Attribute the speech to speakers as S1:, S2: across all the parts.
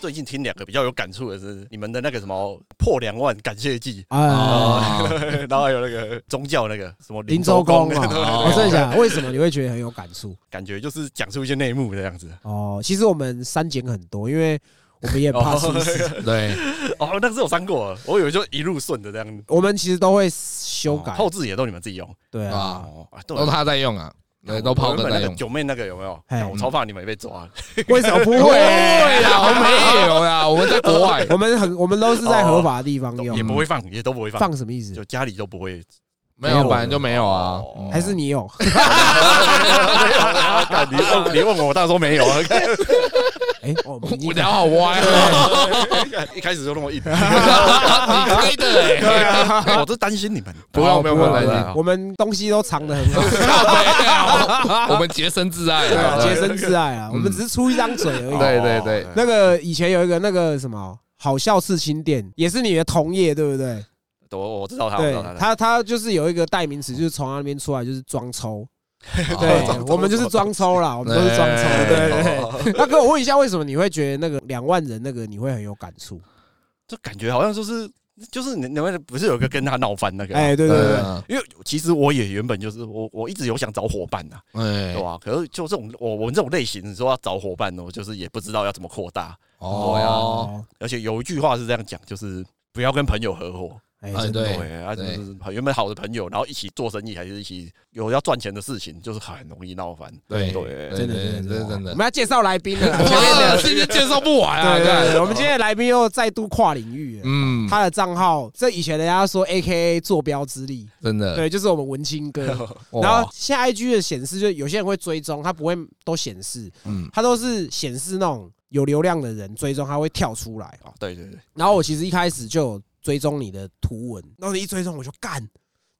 S1: 最近听两个比较有感触的是你们的那个什么破两万感谢祭，
S2: 啊，
S3: 哦
S1: 然后还有那个宗教那个什么
S2: 林
S1: 州
S2: 州公
S1: 对
S2: 啊，
S3: 哦
S2: 我跟你讲，为什么你会觉得很有感触？
S1: 感觉就是讲出一些内幕这样子。
S2: 哦，其实我们删减很多，因为我们也很怕出事，
S3: 对，
S1: 哦，那个是我删过了，我以为就一路顺着这样子。
S2: 我们其实都会修
S3: 哦
S2: 改。
S1: 后置也都你们自己用
S2: 对啊，
S1: 哦，啊对
S3: 都他在用啊，对，都
S1: 我
S3: 炮
S1: 原
S3: 哥
S1: 本
S3: 在
S1: 那个
S3: 用。
S1: 九妹那个有没有？
S2: 嘿
S1: 我超怕你们被抓。
S2: 为什么不
S3: 不会
S2: 会？啊
S3: 啦，没有啊啦，我们在国外
S2: ，我们很，我们都是在合法的地方
S1: 都
S2: 用
S3: 哦
S1: 也。不会放，也都不会放，
S2: 放什么意思？
S1: 就家里都不会。
S3: 没有，本来就没有啊。
S1: 哦
S2: 还是你有？
S1: 干你问你问我，我当然说没有啊。
S2: 哎，我 们
S3: 我聊好歪哦，
S1: 一开始就那么硬，
S3: 你开的欸，
S2: 啊
S1: 我都担心你们。
S3: 不用不用不用
S1: 好
S3: 担心
S1: 好
S2: 我们东西都藏得很 好，
S3: 啊我们洁身自爱
S2: 对啊
S3: 啊，
S2: 洁
S3: 对
S2: 身自爱啊。我们只是出一张嘴而已。
S3: 对对对
S2: 那个以前有一个那个什么好笑刺青店，也是你的同业对不对？
S1: 我我知道他，我
S2: 对
S1: 知道他。
S2: 他，他就是有一个代名词，就是从他那边出来就是装抽。
S1: 装
S3: 哦
S2: 对，
S1: 抽
S2: 我们就是装抽啦，我们都是装抽。
S3: 哎
S2: 对对对。那哥，我问一下，为什么你会觉得那个两万人那个你会很有感触？
S1: 就感觉好像就是就是你你们不是有啊一个跟他闹翻那个吗？
S2: 哎，对对对对，
S3: 嗯
S1: 因为其实我也原本就是我我一直有想找伙伴呐、啊
S3: 哎
S1: 对吧、可是就这种我我们这种类型，你说要找伙伴呢，我就是也不知道要怎么扩大。
S2: 啊
S3: 哦，，
S1: 而且有一句话是这样讲，就是不要跟朋友合伙，
S2: 哎
S3: 哎
S2: 真的
S3: 对
S1: 啊，就是原本好的朋友，然后一起做生意，还是一起有要赚钱的事情，就是很容易闹翻。
S3: 对
S1: 对
S3: 对
S2: 真的
S3: 对
S2: 真的
S3: 对真的
S2: 我们要介绍来宾了啦。
S3: 我
S2: 前面
S3: 们
S2: 的
S3: 今天介绍不完啊，
S2: 对对对，
S3: 干
S2: 我们今天的来宾又再度跨领域了。
S3: 嗯，
S2: 他的账号，这以前人家说 A K A 坐标之力，
S3: 真的，
S2: 对，就是我们文 青哥。
S3: 呃 哇
S2: 然后现在 IG 的显示，就有些人会追踪，他不会都显示，
S3: 嗯，
S2: 他都是显示那种有流量的人追踪，他会跳出来。哦
S1: 啊，对对对，
S2: 然后我其实一开始就有追踪你的图文，然后你一追踪我就干，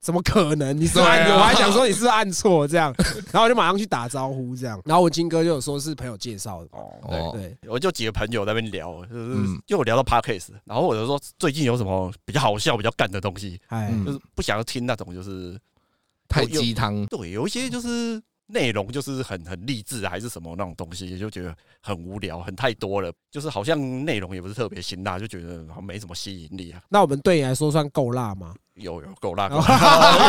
S2: 怎么可能？你是不是按
S3: 对啊
S2: 我还想说你是不是按错这样，然后我就马上去打招呼这样。然后我金哥就有说是朋友介绍的，
S1: 哦对。
S3: 哦，
S2: 对，
S1: 我就几个朋友在那边聊，就是
S3: 嗯
S1: 就聊到 podcast，然后我就说最近有什么比较好笑、比较干的东西，
S2: 哎，
S3: 嗯
S1: 就是不想要听那种就是
S3: 太 鸡汤，
S1: 对，有一些就是内容就是很很励志啊还是什么那种东西，就觉得很无聊，很太多了，就是好像内容也不是特别辛辣，就觉得好像没什么吸引力啊。
S2: 那我们对你来说算够辣吗？
S1: 有有够辣，
S2: 哦
S1: 够辣
S2: 啊
S3: 瘾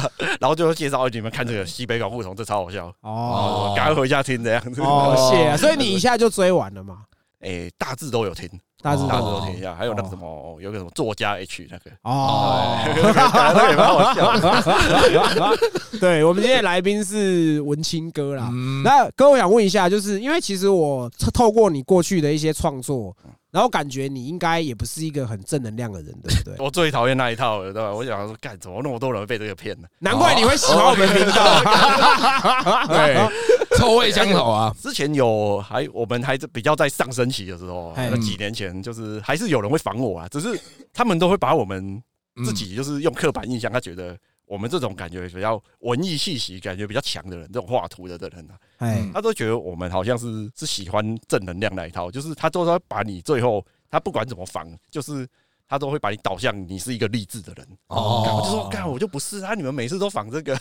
S3: 吗？
S1: 然后就介绍哎你们看这个西北搞不同，这超好笑，
S2: 哦
S3: 哦
S1: 赶快回家听这样子。
S2: 哦，谢啊！所以你一下就追完了嘛？
S1: 哎，大致都有听，
S2: 大致
S3: 哦
S1: 大致都
S2: 懂
S1: 听一下，还有那个什么，有个什么作家 H 那个，
S2: 哦。
S1: 那个也蛮好笑的。
S2: 对，我们今天的来宾是文青哥啦。
S3: 嗯，
S2: 那哥，我想问一下，就是因为其实我透透过你过去的一些创作，然后感觉你应该也不是一个很正能量的人，对不对？
S1: 我最讨厌那一套了，对吧？我想说，干怎么那么多人被这个骗呢？
S2: 难怪你会喜欢我们频道。
S3: 对，臭味相投啊，
S1: 之前有还我们还是比较在上升期的时候，啊
S2: 嘿
S1: 那几年前就是还是有人会烦我啊，只是他们都会把我们
S3: 嗯
S1: 自己就是用刻板印象，他觉得我们这种感觉比较文艺气息、感觉比较强的人，这种画图的人啊，
S2: 哎，
S1: 他都觉得我们好像是是喜欢正能量那一套，就是他都要把你最后他不管怎么防，就是。他都会把你导向你是一个励志的人，
S3: 哦
S1: 干我就说干我就不是啊！你们每次都仿这个，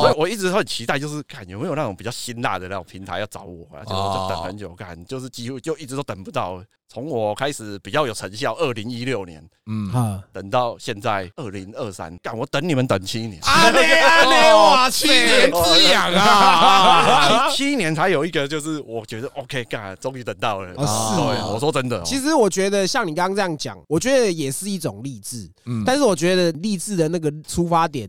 S1: 所以我一直很期待，就是看有没有那种比较辛辣的那种平台要找我啊，就
S3: 哦
S1: 就等很久，看就是几乎就一直都等不到。从我开始比较有成效，二零一六年
S3: 嗯，
S2: 哈，
S1: 等到现在二零二三，干我等你们等七年，
S2: 啊
S3: 阿内阿内，哇，七年之痒啊！
S1: 哎七年才有一个，就是我觉得 OK，干终于等到了。
S2: 哦是
S1: 对
S2: 哦
S1: 我说真的哦，
S2: 其实我觉得像你刚刚这样讲，我觉得也是一种励志，
S3: 嗯
S2: 但是我觉得励志的那个出发点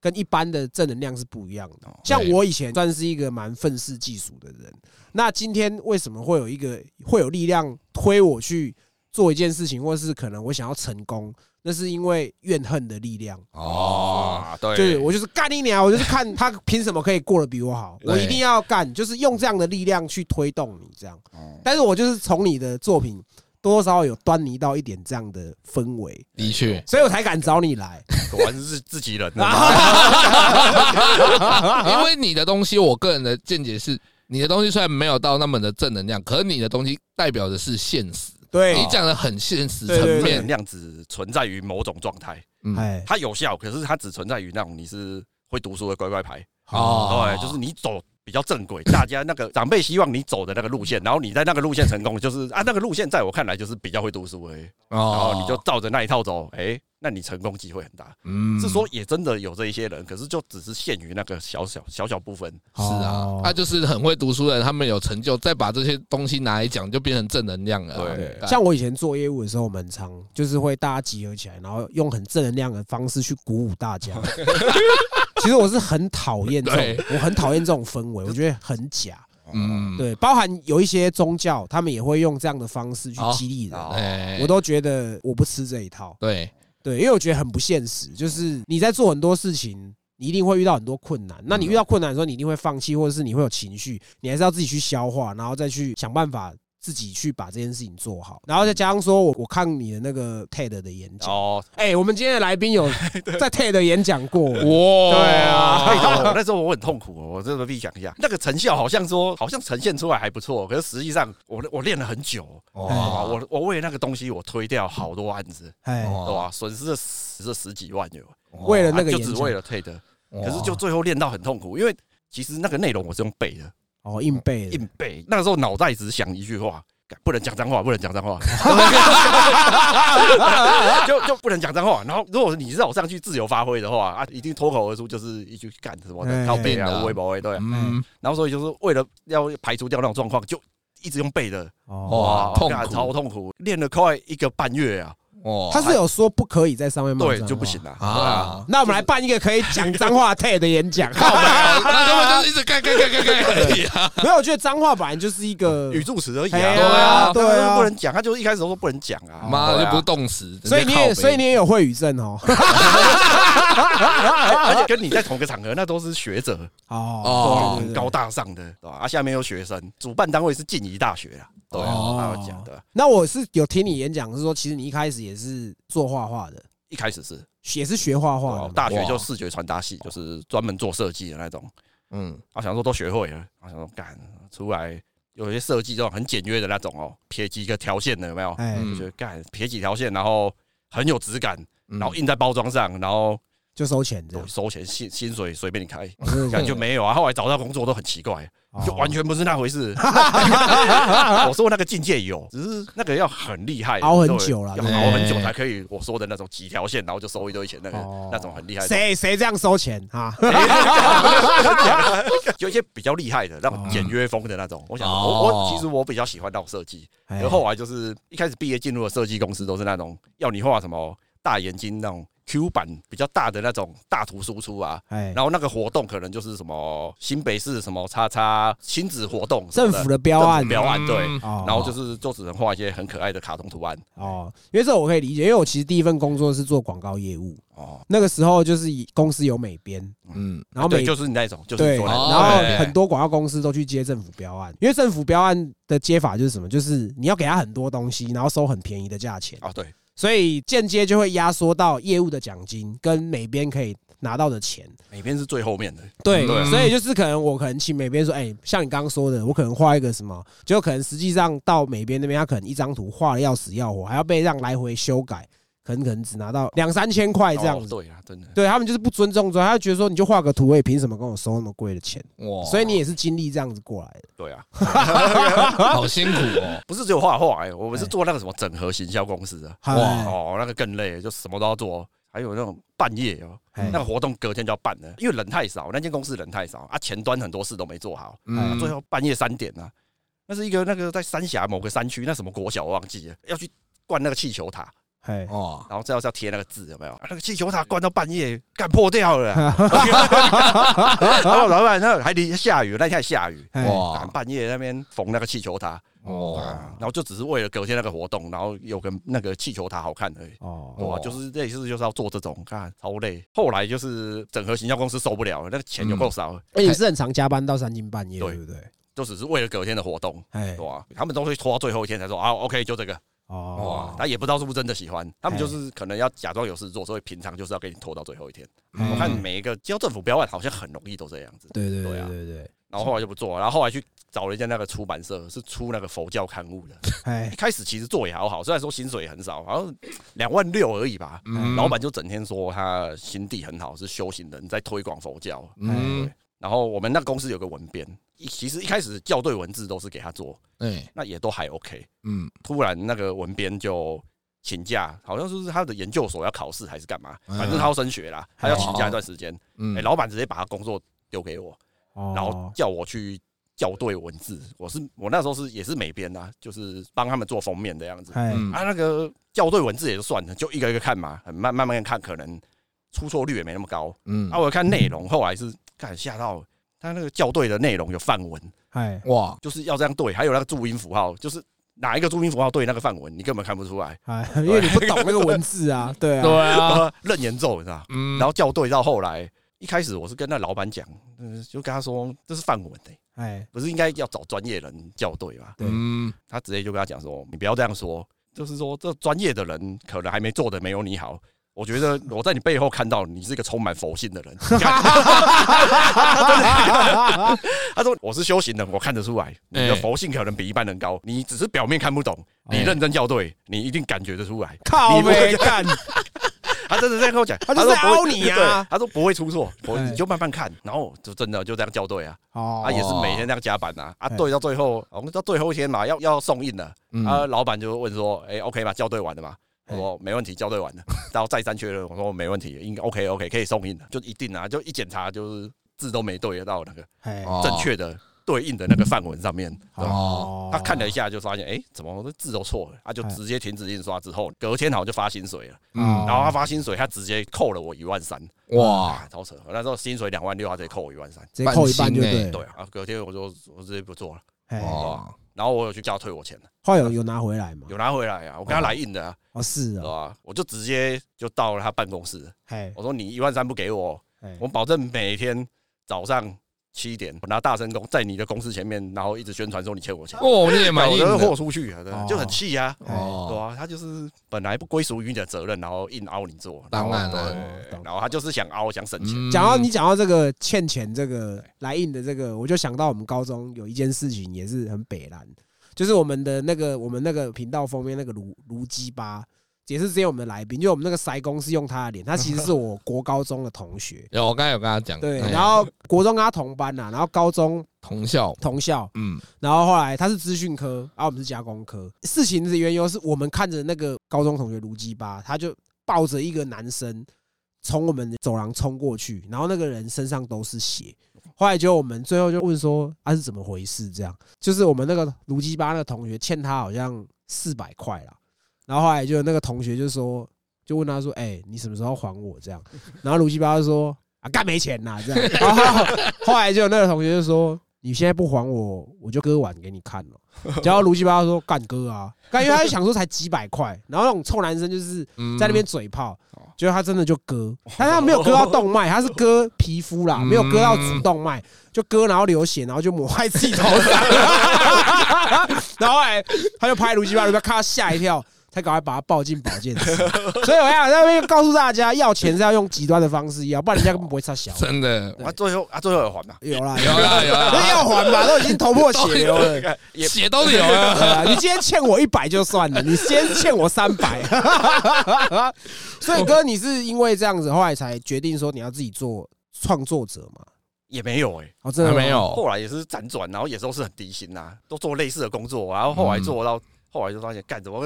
S2: 跟一般的正能量是不一样的。
S3: 哦
S2: 像我以前算是一个蛮愤世嫉俗的人，那今天为什么会有一个会有力量推我去做一件事情，或是可能我想要成功，那是因为怨恨的力量。
S3: 哦，
S1: 啊，对，
S2: 就是我就是干你娘，我就是看他凭什么可以过得比我好，
S3: 对
S2: 我一定要干，就是用这样的力量去推动你这样。
S3: 哦
S2: 但是我就是从你的作品多多少少有端倪到一点这样的氛围，
S3: 的确，
S2: 所以我才敢找你来。
S1: 哦果然是自己人啊。
S3: 因为你的东西，我个人的见解是，你的东西虽然没有到那么的正能量，可是你的东西代表的是现实，
S2: 对，
S3: 你讲的很现实
S2: 对 对
S3: 层
S1: 正
S3: 面
S1: 能。量只存在于某种状态，
S3: 嗯，
S2: 哎，
S1: 它有效，可是它只存在于那种你是会读书的乖乖牌。
S3: 哦
S1: 对，就是你走比较正轨，大家那个长辈希望你走的那个路线，然后你在那个路线成功，就是啊，那个路线在我看来就是比较会读书而已，
S3: 哦
S1: 然后你就照着那一套走，哎，那你成功机会很大。
S3: 嗯
S1: 是说也真的有这一些人，可是就只是限于那个小小小小部分。
S3: 是啊
S2: 哦，
S3: 他就是很会读书的人，他们有成就，再把这些东西拿来讲，就变成正能量了。
S1: 对
S3: 干
S2: 像我以前做业务的时候，我们常就是会大家集合起来，然后用很正能量的方式去鼓舞大家。其实我是很讨厌这
S3: 对
S2: 种，我很讨厌这种氛围，我觉得很假。
S1: 嗯，
S3: 嗯，
S2: 对，包含有一些宗教，他们也会用这样的方式去
S3: 好
S2: 激励人。
S1: 好
S3: 哎，
S2: 我都觉得我不吃这一套，
S3: 对，
S2: 对，因为我觉得很不现实。就是你在做很多事情，你一定会遇到很多困难。
S1: 嗯
S2: 那你遇到困难的时候，你一定会放弃，或者是你会有情绪，你还是要自己去消化，然后再去想办法自己去把这件事情做好。然后再加上说我我看你的那个 TED 的演讲，
S1: 哦，
S2: 哎，我们今天的来宾 有在 TED 的演讲过，
S3: 哇，
S1: 所以当我啊哎那时候我很痛苦，我这个必须讲一下，那个成效好像说好像呈现出来还不错，可是实际上我我练了很久，哇，
S3: 哇，
S1: 哦我我为了那个东西我推掉好多案子，
S2: 哎，
S3: 哦
S1: 对吧？损失了十这十几万有，啊
S3: 我
S2: 为了那个
S1: 就
S2: 演
S1: 只
S2: 讲，
S1: 为了退的，可
S3: 可
S1: 是就最后练到很痛苦，因为其实那个内容我是用背的，
S2: 哦硬背的
S1: 硬背，那个时候脑袋只想一句话。干不能讲脏话，不能讲脏话， 就就不能讲脏话。然后，如果你让我上去自由发挥的话啊，一定脱口而出就是一句干什么的
S2: 哎
S1: 靠背
S3: 对
S1: 啊，
S3: 啊
S1: 微博微对啊。
S3: 嗯，
S1: 然后所以就是为了要排除掉那种状况，就一直用背的，
S2: 哦。
S3: 哇
S1: 哇，
S3: 痛
S1: 干
S3: 苦
S1: 超痛苦，练了快一个半月啊，
S3: 哇，
S2: 他是有说不可以在上面骂
S1: 对，
S2: 脏
S1: 就不
S2: 话
S1: 行了啊。
S3: 啊，
S2: 那我们来办一个可以讲脏话 TED 的演讲。
S3: 靠北啊那根本就是一直干干干干干而已啊，
S2: 没有，我觉得脏话本来就是 一个，
S1: 语助词而已
S2: 哎
S3: 对
S1: 啊
S3: 啊，
S2: 对啊
S1: 那个不能讲，他就是一开始都说不能讲啊，
S3: 妈的
S1: 对
S3: 就
S1: 啊
S3: 不是动词，
S2: 所以你也，所以你也有会语症哦。
S1: 而且跟你在同个场合，那都是学者，
S2: 哦
S3: 哦，
S2: 对
S1: 很高。大上的，对吧？啊，下面有学生，主办单位是静宜大学啊，对啊，
S3: 哦
S1: 他有讲的，
S2: 那我是有听你演讲，是说其实你一开始也是做画画的，
S1: 一开始是
S2: 也是学画画的
S1: 哦
S2: 嘛。
S1: 大学就视觉传达系，就是专门做设计的那种。
S3: 嗯，
S1: 啊，想说都学会了，啊，想说干出来有一些设计这种很简约的那种哦，撇几个条线的有没有？
S2: 哎，
S3: 嗯
S1: 就觉得干撇几条线，然后很有质感，
S3: 嗯
S1: 然后印在包装上，然后
S2: 就收钱这样，
S1: 收钱薪薪水随便你开，
S2: 我真的觉
S1: 感
S2: 得
S1: 觉没有啊。后来找到工作都很奇怪，
S2: 哦
S1: 就完全不是那回 事。我说那个境界有，只是那个要很厉害，
S2: 熬很久啦
S1: 要
S2: 对
S1: 熬很久才可以。我说的那种几条线，然后就收一堆钱，那个
S2: 哦
S1: 那种很厉害。
S2: 谁谁这样收钱啊？
S1: 有一些比较厉害的那种
S2: 哦
S1: 简约风的那种。我想，
S3: 哦
S1: 我我其实我比较喜欢那种设计。
S2: 哎
S1: 然后后来就是一开始毕业进入的设计公司都是那种要你画什么大眼睛那种 Q 版比较大的那种大图输出啊。
S2: 哎，
S1: 然后那个活动可能就是什么新北市什么叉叉亲子活动什么
S2: 政
S1: 的，
S2: 府的标案
S1: 政府标案对。
S3: 嗯
S2: 哦
S1: 然后就是就只能画一些很可爱的卡通图案
S2: 哦，因为这我可以理解，因为我其实第一份工作是做广告业务，
S1: 哦，
S2: 那个时候就是以公司有美编，
S3: 嗯，
S2: 然哦后美
S1: 啊对，就是你那种，就是
S2: 对，
S1: 你说
S2: 然
S1: 的那哎
S3: 哦
S1: 种
S2: 后
S3: 对
S2: 很多广告公司都去接政府标案，因为政府标案的接法就是什么？就是你要给他很多东西，然后收很便宜的价钱，
S1: 哦，对，
S2: 所以间接就会压缩到业务的奖金跟美编可以拿到的钱。
S1: 每篇是最后面的，
S2: 对
S1: 啊
S3: 对，
S2: 所以就是可能我可能请美编说，哎，像你刚刚说的，我可能画一个什么，结果可能实际上到美编那边，他可能一张图画的要死要活，还要被让来回修改，可能可能只拿到两三千块这样
S1: 哦
S2: 子。
S1: 对啊，真的，
S2: 对他们就是不尊重，所以他就觉得说你就画个图，我也哎凭什么跟我收那么贵的钱？
S3: 哇，
S2: 所以你也是经历这样子过来的。
S1: 对啊，
S3: 好辛苦哦，
S1: 不是只有画画，哎，我们是做那个什么整合行销公司啊，
S2: 嗨
S1: 哇，哦，那个更累，就什么都要做，还有那种半夜哦，
S2: 哎
S1: 那个活动隔天就要办了，因为人太少，那间公司人太少啊，前端很多事都没做好，啊
S3: 嗯，
S1: 最后半夜三点啊，那是一个那个在三峡某个山区，那什么国小我忘记了，要去灌那个气球塔，
S2: 哎，
S3: 哇，
S1: 然后再要是要贴那个字有没有？啊那个气球塔灌到半夜，干破掉了啊，然后老板那还淋下雨，那天还下雨，
S2: 哇，
S1: 赶
S3: 哇，
S1: 半夜那边缝那个气球塔，
S2: 哎
S3: 哇，
S1: 然后就只是为了隔天那个活动，然后有个那个气球塔好看而已。
S2: 哦，
S1: 哇，
S3: 哇
S1: 就是类似就是要做这种，看超累。后来就是整合行销公司受不了了，那个钱有够少，
S2: 哎，你是很常加班到三更半夜，
S1: 对
S2: 对不对？
S1: 就只是为了隔天的活动，
S2: 哎
S1: 对，吧、他们都会拖到最后一天才说啊，OK，就这个。哇
S2: 哦，，
S1: 他也不知道是不是真的喜欢，他们就是可能要假装有事做，所以平常就是要给你拖到最后一天。
S2: 嗯
S1: 我看每一个交政府标案好像很容易都这样子，
S2: 对对
S1: 对
S2: 对
S1: 啊
S2: 对对，
S1: 然后后来就不做了，然后后来去找了一家那个出版社，是出那个佛教刊物的。一
S2: 哎，
S1: 开始其实做也好好，虽然说薪水也很少，好像两万六而已吧。
S3: 嗯
S1: 老板就整天说他心地很好，是修行人，在推广佛教。
S3: 嗯
S1: 对，然后我们那公司有个文编，一其实一开始校对文字都是给他做，
S3: 哎，
S1: 那也都还 OK。
S3: 嗯，
S1: 突然那个文编就请假，好像就是他的研究所要考试还是干嘛，
S3: 嗯
S1: 反正他要升学啦，他要请假一段时间。
S3: 嗯
S1: 哎，老板直接把他工作丢给我，然后
S2: 哦，
S1: 叫我去校对文字。我是我那时候是也是美编啊，就是帮他们做封面的样子。
S2: 哎，
S3: 嗯
S1: 啊，那个校对文字也就算了，就一个一个看嘛，很慢慢慢看，可能出错率也没那么高。
S3: 嗯
S1: 啊，，我看内容，后来是看吓到他那个校对的内容有范文，
S2: 哎，
S3: 哇，
S1: 就是要这样对，还有那个注音符号，就是哪一个注音符号对那个范文，你根本看不出来。
S2: 哎，因为你不懂那个文字啊，对啊，
S3: 对啊，
S1: 啊，任言咒，你知道？
S3: 嗯，
S1: 然后校对到后来，一开始我是跟那老板讲，嗯，就跟他说这是范文诶、
S2: 哎，
S1: 不是应该要找专业人校对吗？
S2: 对
S3: 嗯，
S1: 他直接就跟他讲说，你不要这样说，就是说这专业的人可能还没做的没有你好。我觉得我在你背后看到你是一个充满佛性的 人。他说我是修行人，我看得出来你的
S3: 哎
S1: 佛性可能比一般人高，你只是表面看不懂，你
S3: 哎
S1: 认真校对，你一定感觉得出来。
S2: 靠
S1: 你不会
S2: 没干，
S1: 他真的在跟我讲，
S2: 他就是
S1: 说
S2: 在
S1: 不会
S2: 凹你啊
S1: 对他说不会出错，我
S2: 哎
S1: 你就慢慢看，然后就真的就这样校对啊，
S2: 哦
S1: 他也是每天这样加班呐，啊
S2: 哎
S1: 对到最后，我们到最后一天嘛，要要送印了，
S3: 嗯
S1: 啊，老板就问说：“哎、o k 吧？校对完了吗？”我
S2: 哎
S1: 说：“没问题，校对完了。” 然后再三确认，我说：“没问题，应该 OK OK，可以送印了。”就一定啊，就一检查就是字都没对得到那个
S2: 哎，
S3: 哦
S1: 正确的对应的那个范文上面。对吧
S3: 哦，
S1: 他看了一下就发现，哎、怎么这字都错了？他啊就
S2: 哎
S1: 直接停止印刷，之后隔天好像就发薪水了。
S3: 嗯
S1: 然后他发薪水，他直接扣了我一万三，啊
S3: 哇，
S1: 超扯！我那时候薪水两万六，他直接扣我一万三。
S2: 直接扣一半就
S3: 半薪
S2: 对
S3: 欸
S1: 对，啊，隔天我就我直接不啊做了。
S2: 哎，
S3: 哇，
S1: 然后我有去叫他退我钱了，
S2: 后来有有拿回来
S3: 嗯
S2: 吗？
S1: 有拿回来啊，我跟他来印的啊。
S2: 哦，是
S1: 对
S2: 啊，
S1: 吧、我就直接就到了他办公室，
S2: 哎，
S1: 我说你一万三不给我，
S3: 嗯
S2: 哎
S1: 我保证每天早上七点，我拿大声公在你的公司前面，然后一直宣传说你欠我钱，
S3: 哦，你也蛮
S1: 我
S3: 硬
S1: 就
S3: 的
S1: 豁出去啊，对吧
S2: 哦
S1: 就很气啊。对
S3: 哦，
S1: 啊，他就是本来不归属于你的责任，然后硬凹你做，然后
S3: 当然了
S1: 对，然后他就是想凹，想省钱，
S3: 嗯
S2: 讲到你讲到这个欠钱这个来印的这个，我就想到我们高中有一件事情也是很北蓝，就是我们的那个我们那个频道封面那个卢卢基巴，也是之前我们的来宾，就我们那个塞公是用他的脸，他其实是我国高中的同 学，
S3: 有我刚才有跟他讲，
S2: 对，
S3: 哎
S2: 然后国中跟他同班呐、然后高中
S3: 同校，
S2: 同校，
S3: 嗯
S2: 然后后来他是资讯科，然、后我们是加工科。事情的缘由是我们看着那个高中同学卢基巴，他就抱着一个男生从我们走廊冲过去，然后那个人身上都是血。后来就我们最后就问说啊是怎么回事？这样就是我们那个卢基巴那个同学欠他好像四百块啦，然后后来就那个同学就说就问他说哎、你什么时候还我这样？然后卢基巴就说啊干没钱啦这样， 然后 后来就有那个同学就说。你现在不还我，我就割腕给你看了。然后卢基巴说：“干哥啊，干，因为他就想说才几百块，然后那种臭男生就是
S3: 嗯，哦
S2: 在那边嘴炮
S1: 哦，
S2: 结果他真的就割，但他没有割到动脉，他是割皮肤啦，
S3: 嗯
S2: 没有割到主动脉，就割然后流血，然后就抹在自己头上， 然后哎，他就拍卢基巴，卢基巴看他吓一跳。才赶快把他抱进保健 室，所以我要在那边告诉大家，要钱是要用极端的方式要，不然人家根本不会插小。
S3: 真的
S1: 啊，最后啊，最后有还 嘛，
S2: 有啦，
S3: 有啦有啦，
S2: 要还吧，都已经头破血流 了。
S1: 也
S3: 血都流了，
S2: 对啊你今天欠我一百就算了，你今天欠我三 百，所以哥，你是因为这样子，后来才决定说你要自己做创作者嘛？
S1: 也没有哎、
S2: 哦，真的吗
S3: 没，有，
S1: 后来也是辗转，然后也都是很低薪呐、都做类似的工作，然后后来做到、后来就发现，干怎么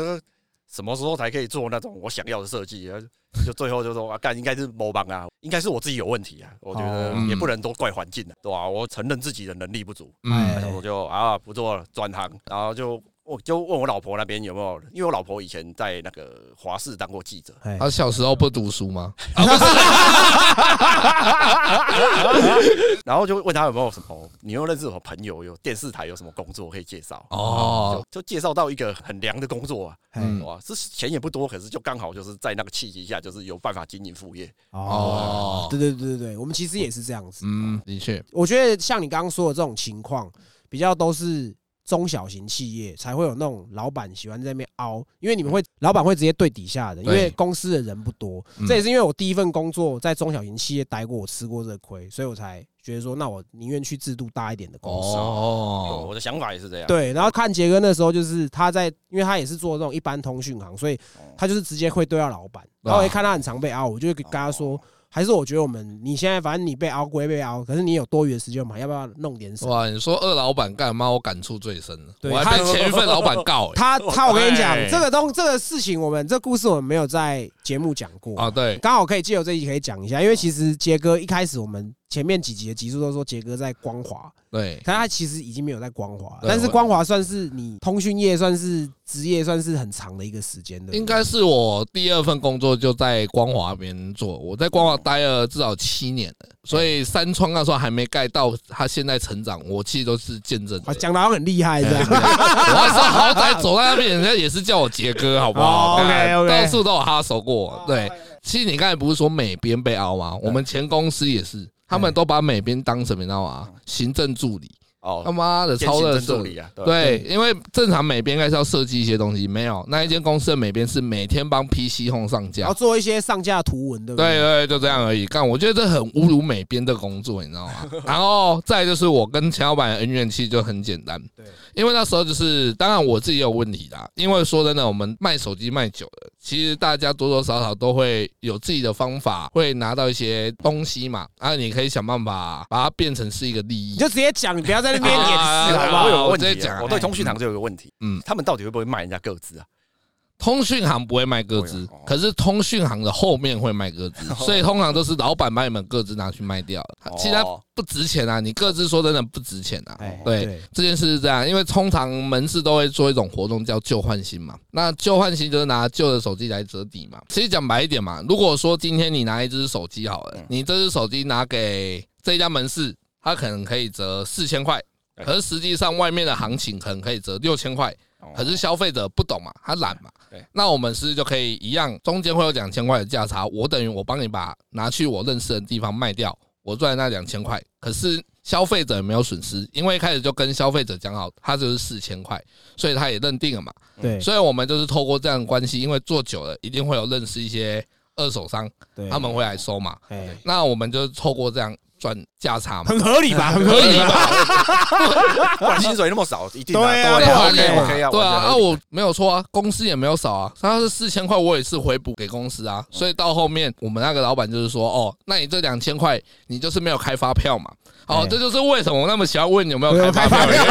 S1: 什么时候才可以做那种我想要的设计？然后就最后就说啊，干应该是某帮啊，应该是我自己有问题啊，我觉得
S3: 哦
S1: 也不能都怪环境啊，对吧、我承认自己的能力不足，
S2: 哎
S3: 嗯，
S1: 我就啊不做了，转行，然后就我就问我老婆那边有没有，因为我老婆以前在那个华视当过记者，
S2: 哎，
S3: 他小时候不读书吗？
S1: 然后就问他有没有什么，你又认识什么朋友，有电视台有什么工作可以介绍？
S3: 哦，
S1: 就就介绍到一个很凉的工作啊，
S2: 哎
S3: 嗯
S1: 哇，是钱也不多，可是就刚好就是在那个契机下，就是有办法经营副业。
S2: 哦
S3: 哦，
S2: 对对对对对，我们其实也是这样子。
S3: 嗯，的确，
S2: 我觉得像你刚刚说的这种情况，比较都是中小型企业才会有那种老板喜欢在那边凹，因为你们会老板会直接对底下的，因
S3: 嗯对
S2: 为公司的人不多。
S3: 嗯
S2: 这也是因为我第一份工作在中小型企业待过，我吃过这个亏，所以我才觉得说，那我宁愿去制度大一点的公司。
S1: 哦，
S3: 哦，
S1: 我的想法也是这样。
S2: 对，然后看杰哥那时候就是他在，因为他也是做那种一
S1: 哦
S2: 般通讯行，所以他就是直接会对到老板。然后我一看他很常被凹，我就跟他说：“还是我觉得我们你现在反正你被熬归被熬，可是你有多余的时间嘛，要不要弄点什么？
S3: 哇，你说二老板干嘛？我感触最深了，
S2: 对
S3: 我还被
S1: 他
S3: 前一份老板告
S1: 哦
S3: 欸
S2: 他他，我跟你讲
S3: 哎，
S2: 这个东这个事情，我们这故事我们没有在节目讲过
S1: 哦
S3: 啊，对，
S2: 刚好可以借由这一集可以讲一下，因为其实杰哥一开始我们前面几集的集数都说杰哥在光华，
S3: 对，
S2: 可是他其实已经没有在光华，
S3: 对
S2: 但是
S3: 我
S2: 光华算是你通讯业算是职业算是很长的一个时间的，
S3: 应该是我第二份工作就在光华那边做，我在光华待了至少七年了，所
S1: 哎
S3: 以三创那时候还没盖到，他现在成长，我其实都是见证
S2: 好
S3: 者。哎
S2: 讲的很厉害
S1: 啊
S2: 这 样。
S3: 我那时候好歹走在那边，人家也是叫我杰哥，好不好、
S2: 哦，OK，OK
S3: 到处都有哈手过。哦
S1: 哦
S3: 对，其实你刚才不是说美编被凹吗？我们前公司也是，他
S1: 哎
S3: 们都把美编当什么，你知道吗？行政助理，他
S1: 嗯哦，
S3: 妈的超热
S1: 兼行
S3: 色
S1: 政助。理啊，对吧
S3: 对，因为正常美编应该是要设计一些东西，没有那一间公司的美编是每天帮 PC Home 上
S2: 然后
S3: 架，
S2: 做一些上架哦的图文，对不
S3: 对？对，就这样而已。干，我觉得这很侮辱美编的工作，你知道吗？然后再来就是我跟钱老板的恩怨，其实就很简单，
S2: 对
S3: 因为那时候就是，当然我自己也有问题啦。因为说真的，我们卖手机卖久了，其实大家多多少少都会有自己的方法，会拿到一些东西嘛。啊，你可以想办法把它变成是一个利益
S2: 你。就直接讲，你不要在那边掩
S3: 啊
S2: 饰，好不
S1: 我
S2: 好？
S1: 有个
S3: 我
S1: 问
S3: 直接
S1: 题啊、
S3: 讲
S1: 我对通讯行就有个问题，
S3: 嗯
S1: 嗯，他们到底会不会卖人家各自啊？
S3: 通讯行不会卖各自
S1: 不会啊哦，
S3: 可是通讯行的后面会卖各自， 所以通常都是老板把你们各自拿去卖掉了
S1: 哦。
S3: 其实它不值钱啊，你各自说真的不值钱啊。
S2: 哎
S3: 对，这件事是这样，因为通常门市都会做一种活动叫旧换新嘛。那旧换新就是拿旧的手机来折抵嘛。其实讲白一点嘛，如果说今天你拿一只手机好了，
S1: 嗯
S3: 你这只手机拿给这家门市，它可能可以折四千块。
S1: 对
S3: 可是实际上，外面的行情可能可以折六千块，
S1: 哦
S3: 可是消费者不懂嘛，他懒嘛
S1: 对。
S3: 那我们是就可以一样，中间会有两千块的价差，我等于我帮你把拿去我认识的地方卖掉，我赚那两千块。可是消费者也没有损失，因为一开始就跟消费者讲好，他就是四千块，所以他也认定了嘛。
S2: 对
S3: 所以我们就是透过这样的关系，因为做久了，一定会有认识一些二手商，
S2: 对，
S3: 他们会来收嘛。
S2: 哎
S3: 那我们就透过这样赚价差嘛。
S2: 很合理吧？很合
S3: 可
S2: 理
S3: 以
S2: 吧？
S3: 吧？
S1: 不然薪水那么少，一定啊
S2: 对啊
S1: 对
S3: 对啊
S1: o k OK 啊，
S3: 对啊，
S1: 完
S3: 啊，
S1: 全合理
S3: 我没有错啊，公司也没有少啊，他是四千块，我也是回补给公司啊，所以到后面我们那个老板就是说，哦，那你这两千块，你就是没有开发票嘛，哦
S2: 哎，
S3: 这就是为什么我那么喜欢问你有没有开发票的原因，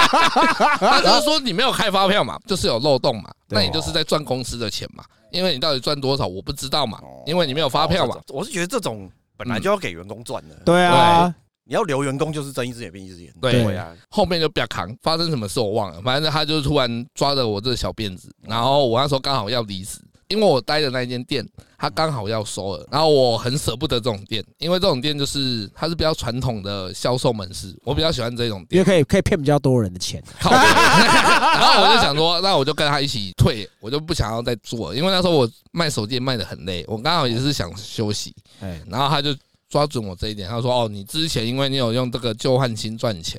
S3: 他就是说你没有开发票嘛，就是有漏洞嘛，
S2: 对
S3: 那你就是在赚公司的钱嘛，因为你到底赚多少我不知道嘛
S1: 哦，
S3: 因为你没有发票
S1: 哦
S3: 嘛，嗯
S1: 这种我是觉得这种本来就要给员工赚的，
S2: 对啊，
S1: 你要留员工就是睁一只眼闭一只眼，
S3: 对
S1: 啊，
S3: 后面就比较扛，发生什么事我忘了，反正他就突然抓着我这个小辫子，然后我那时候刚好要离职，因为我待的那间店他刚好要收了，然后我很舍不得这种店，因为这种店就是它是比较传统的销售门市，我比较喜欢这种
S2: 因为
S3: 店。
S2: 可以可以骗比较多人的钱。
S3: 靠背然后我就想说，那我就跟他一起退，我就不想要再做了，因为那时候我卖手机卖的很累，我刚好也是想休息，
S2: 哎，
S3: 然后他就抓准我这一点，他说：“哦，你之前因为你有用这个旧换新赚钱，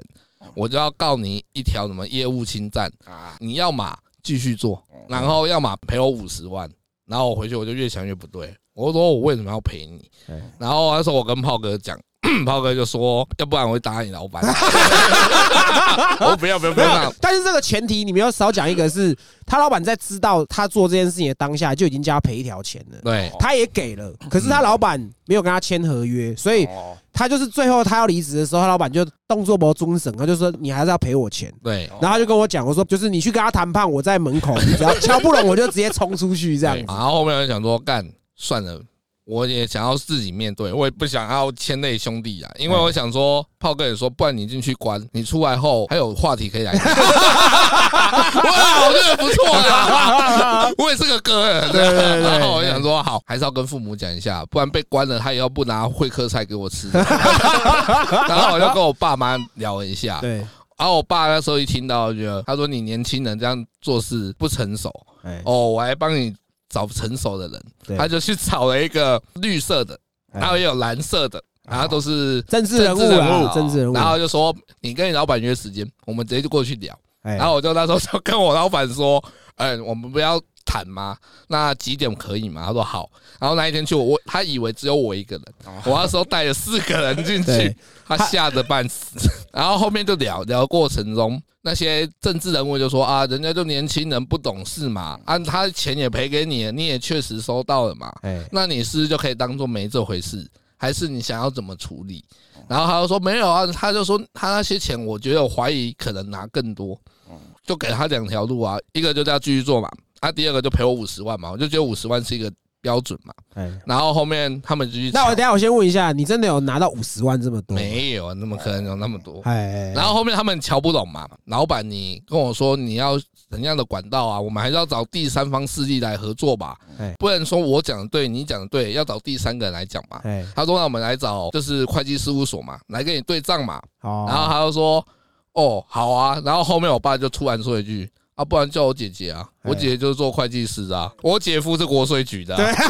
S3: 我就要告你一条什么业务侵占，
S1: 啊，
S3: 你要嘛继续做，然后要么赔我五十万。”然后我回去我就越想越不对，我说我为什么要赔你
S2: 哎？
S3: 然后那时候我跟炮哥讲。 炮哥就说：“要不然我会打你老板。” 我不要不要不
S2: 没
S3: 要！
S2: 有，但是这个前提你们要少讲一个是，他老板在知道他做这件事情的当下就已经叫他赔一条钱了，
S3: 对
S2: 他也给了，
S3: 哦
S2: 可是他老板没有跟他签合约，
S3: 嗯
S2: 所以
S1: 哦
S2: 他就是最后他要离职的时候，他老板就动作不遵守，他就说你还是要赔我钱。
S3: 对，
S2: 然后他就跟我讲，我说就是你去跟他谈判，我在门口，你 只要敲不拢，我就直接冲出去这样
S3: 对
S2: 子。
S3: 然后后面我就想说，干算了，我也想要自己面对，我也不想要牵累兄弟啊，因为
S2: 哎
S3: 我想说，炮哥也说，不然你进去关，你出来后还有话题可以来 聊。哇，我觉得不错啊，我也是个哥儿。
S2: 对对对对
S3: 然后我就想说，好，还是要跟父母讲一下，不然被关了，他也要不拿会客菜给我吃。 然后我就跟我爸妈聊了一下，
S2: 对，
S3: 然后我爸那时候一听到，就觉得他说你年轻人这样做事不成熟。
S2: 哎，
S3: 哦，我还帮你找成熟的
S2: 对
S3: 人，他就去找了一个绿色的，
S2: 哎
S3: 然后也有蓝色的，然后都是
S2: 政治人物
S3: 哦
S2: 啊，政治人物。
S3: 然后就说你跟你老板约时间，我们直接就过去聊。
S2: 哎，
S3: 然后我就那时候就跟我老板说，嗯，我们不要谈吗？那几点可以吗？他说好。然后那一天去，我他以为只有我一个人，我那时候带了四个人进
S2: 哦 对
S3: 去，他吓得半死。然后后面就聊聊过程中，那些政治人物就说啊，人家就年轻人不懂事嘛，啊，他钱也赔给你了，你也确实收到了嘛，
S2: 哎，
S3: 那你是不是就可以当做没这回事？还是你想要怎么处理？然后他就说没有啊，他就说他那些钱，我觉得我怀疑可能拿更多，就给他两条路啊，一个就叫继续做嘛，啊，第二个就赔我五十万嘛，我就觉得五十万是一个标准嘛。
S2: 哎，
S3: 然后后面他们就去
S2: 那我
S3: 抢
S2: 等一下我先问一下，你真的有拿到五十万这么多？，
S3: 没有，那么可能有那么多。
S2: 哎，
S3: 然后后面他们瞧不懂嘛，老板你跟我说你要怎样的管道啊，我们还是要找第三方势力来合作吧
S2: 哎，
S3: 不能说我讲的对，你讲的对，要找第三个人来讲吧。
S2: 哎，
S3: 他说：“那我们来找，就是会计事务所嘛，来跟你对账嘛。”
S2: 好，
S3: 然后他就说：“哦，好啊。”然后后面我爸就突然说一句：“啊，不然叫我姐姐啊，
S2: 哎
S3: 我姐姐就是做会计师的啊，我姐夫是国税局的啊、
S2: 对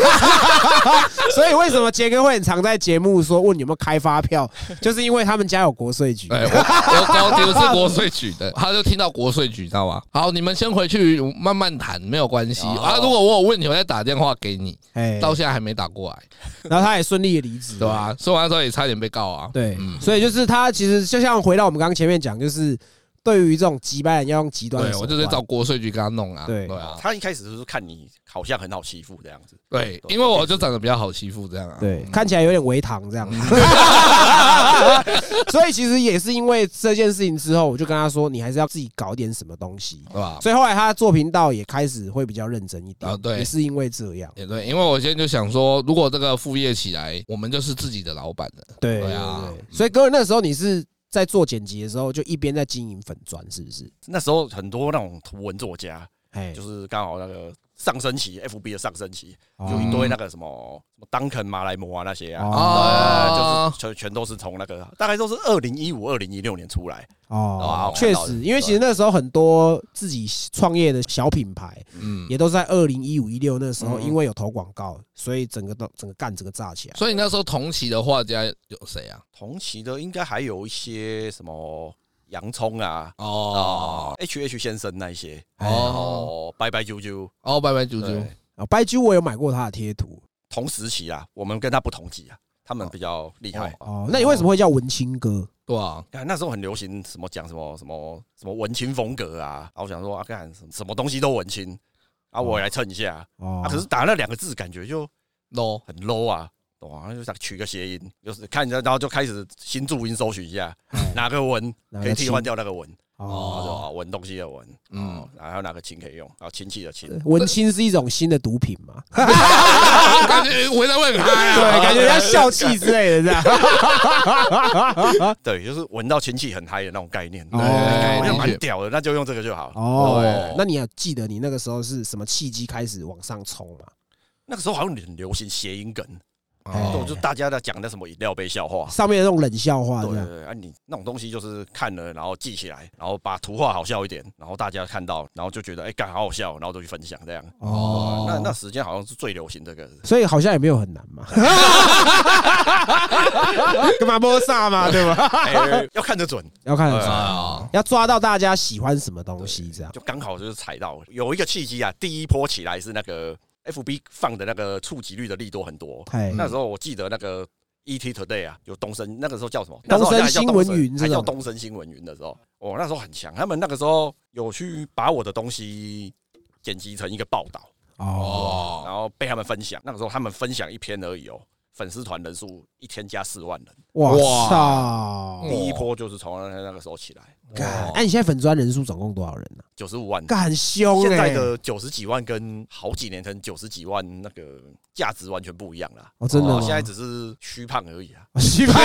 S2: 所以为什么杰哥会很常在节目说问有没有开发票，就是因为他们家有国税局。
S3: 哎，我我高丢是国税局的，他就听到国税局，知道吧？好，你们先回去慢慢谈，没有关系
S1: 哦
S3: 啊。如果我有问题，我再打电话给你。
S2: 哎，
S3: 到现在还没打过来，
S2: 然后他也顺利的离职，
S3: 对吧？所以我那时候也差点被告啊。
S2: 对，
S3: 嗯
S2: 所以就是他其实就像回到我们刚刚前面讲，就是对于这种极端人要用极端的
S3: 对，
S2: 手
S3: 我
S2: 段，
S3: 就是找国税局跟他弄啊。
S2: 对
S3: 对啊，
S1: 他一开始就是看你好像很好欺负这样子，
S3: 对，因为我就长得比较好欺负，这样啊。
S2: 对，看起来有点微糖这样。
S3: 嗯
S2: 所以其实也是因为这件事情之后，我就跟他说，你还是要自己搞点什么东西。
S3: 对吧？
S2: 所以后来他做频道也开始会比较认真一点
S3: 啊对
S2: 也是因为这样，
S3: 也对，因为我现在就想说，如果这个副业起来，我们就是自己的老板了。
S2: 对
S3: 对啊
S2: 对所以各位那时候你是在做剪辑的时候，就一边在经营粉砖，是不是？
S1: 那时候很多那种图文作家，
S2: 哎，
S1: 就是刚好那个上升期，FB 的上升期，
S3: 就
S2: 哦
S1: 有一堆那个什么什么当肯马来摩啊那些啊，
S3: 哦
S1: 呃，就是全全都是从那个大概都是二零一五、二零一六年出来，
S2: 哦
S1: 哦，
S2: 确
S1: 看到
S2: 实，
S1: 了
S2: 因为其实那时候很多自己创业的小品牌，
S3: 嗯，
S2: 也都是在二零一五一六那时候，
S1: 嗯
S2: 因为有投广告，所以整个都整个干整个炸起来。
S3: 所以那时候同期的画家有谁啊？
S1: 同期的应该还有一些什么洋葱啊。
S3: 哦
S1: 哦，H H 先生那一些，然
S3: 哦
S1: 后拜拜啾啾，
S3: 哦，拜拜啾啾
S1: 对，
S2: 啊，白居我有买过他的贴图
S1: 同时期啊，我们跟他不同级啊，他们比较厉害。
S2: 哦。那你为什么会叫文青哥？
S3: 对啊，
S1: 看那时候很流行什么讲什么什么什么文青风格啊，啊，我想说啊，干什么什么东西都文青啊，我也来蹭一下
S2: 哦
S1: 啊。可是打那两个字感觉就
S3: no，
S1: 很 low 啊，懂吗？就想取个谐音，就是看着然后就开始新注音搜寻一下
S2: 嗯
S1: 哪个文
S2: 哪个
S1: 可以替换
S2: 亲
S1: 掉那个文，
S2: 哦，
S1: 啊，就啊文东西的文，
S3: 嗯
S1: 嗯，然后哪个亲可以用啊，亲戚的亲，
S2: 文青是一种新的毒品嘛？
S3: 啊感觉围在问 嗨
S2: 对，
S3: 啊，
S2: 感觉像笑气之类的这样。
S1: 啊对，就是闻到亲戚很嗨的那种概念，
S2: 哦
S1: 好
S3: 理
S1: 像
S3: 解
S1: 蛮屌的，那就用这个就好。
S2: 哦
S1: 对，
S2: 那你要记得你那个时候是什么契机开始往上冲嘛？
S1: 那个时候好像很流行谐音梗，
S3: 哦
S2: 哎
S1: 就就大家在讲那什么饮料杯笑话。
S2: 上面的那种冷笑话
S1: 对
S2: 这
S1: 对
S2: 样。
S1: 对，啊，你那种东西就是看了，然后记起来，然后把图画好笑一点，然后大家看到，然后就觉得哎，干好好笑，然后都去分享这样。
S2: 哦，
S1: 那那时间好像是最流行这 个，
S2: 所以好像也没有很难 嘛，干嘛摸萨 嘛，对吧？
S1: 哎要看得准，
S2: 要看得出来，
S3: 啊，
S2: 要抓到大家喜欢什么东西，这样
S1: 就刚好就是踩到有一个契机啊。第一波起来是那个 FB 放的那个触及率的力度很多，
S2: 嘿，
S1: 那时候我记得那个 ET Today 啊，有东森，那个时候叫什么？那
S2: 东森
S1: 时候还叫
S2: 新闻云
S1: 还
S2: 这
S1: 叫
S2: 种
S1: 东森新闻云的时候，哦，那时候很强。他们那个时候有去把我的东西剪辑成一个报道，
S2: 哦，
S1: 然
S3: 哦，
S1: 后被他们分享。那个时候他们分享一篇而已哦，粉丝团人数一天加四万人，
S2: 哇
S3: 哇
S2: 操！
S1: 第一波就是从那那个时候起来，
S2: 干，
S3: 哦
S2: 哎，你现在粉砖人数总共多少人啊呢？
S1: 九十五万。
S2: 干，很凶
S1: 现在
S2: 哎！
S1: 的九十几万跟好几年前九十几万那个价值完全不一样啦。
S2: 哦，真的吗
S1: 哦，现 在只是虚胖而已啊。
S2: 西班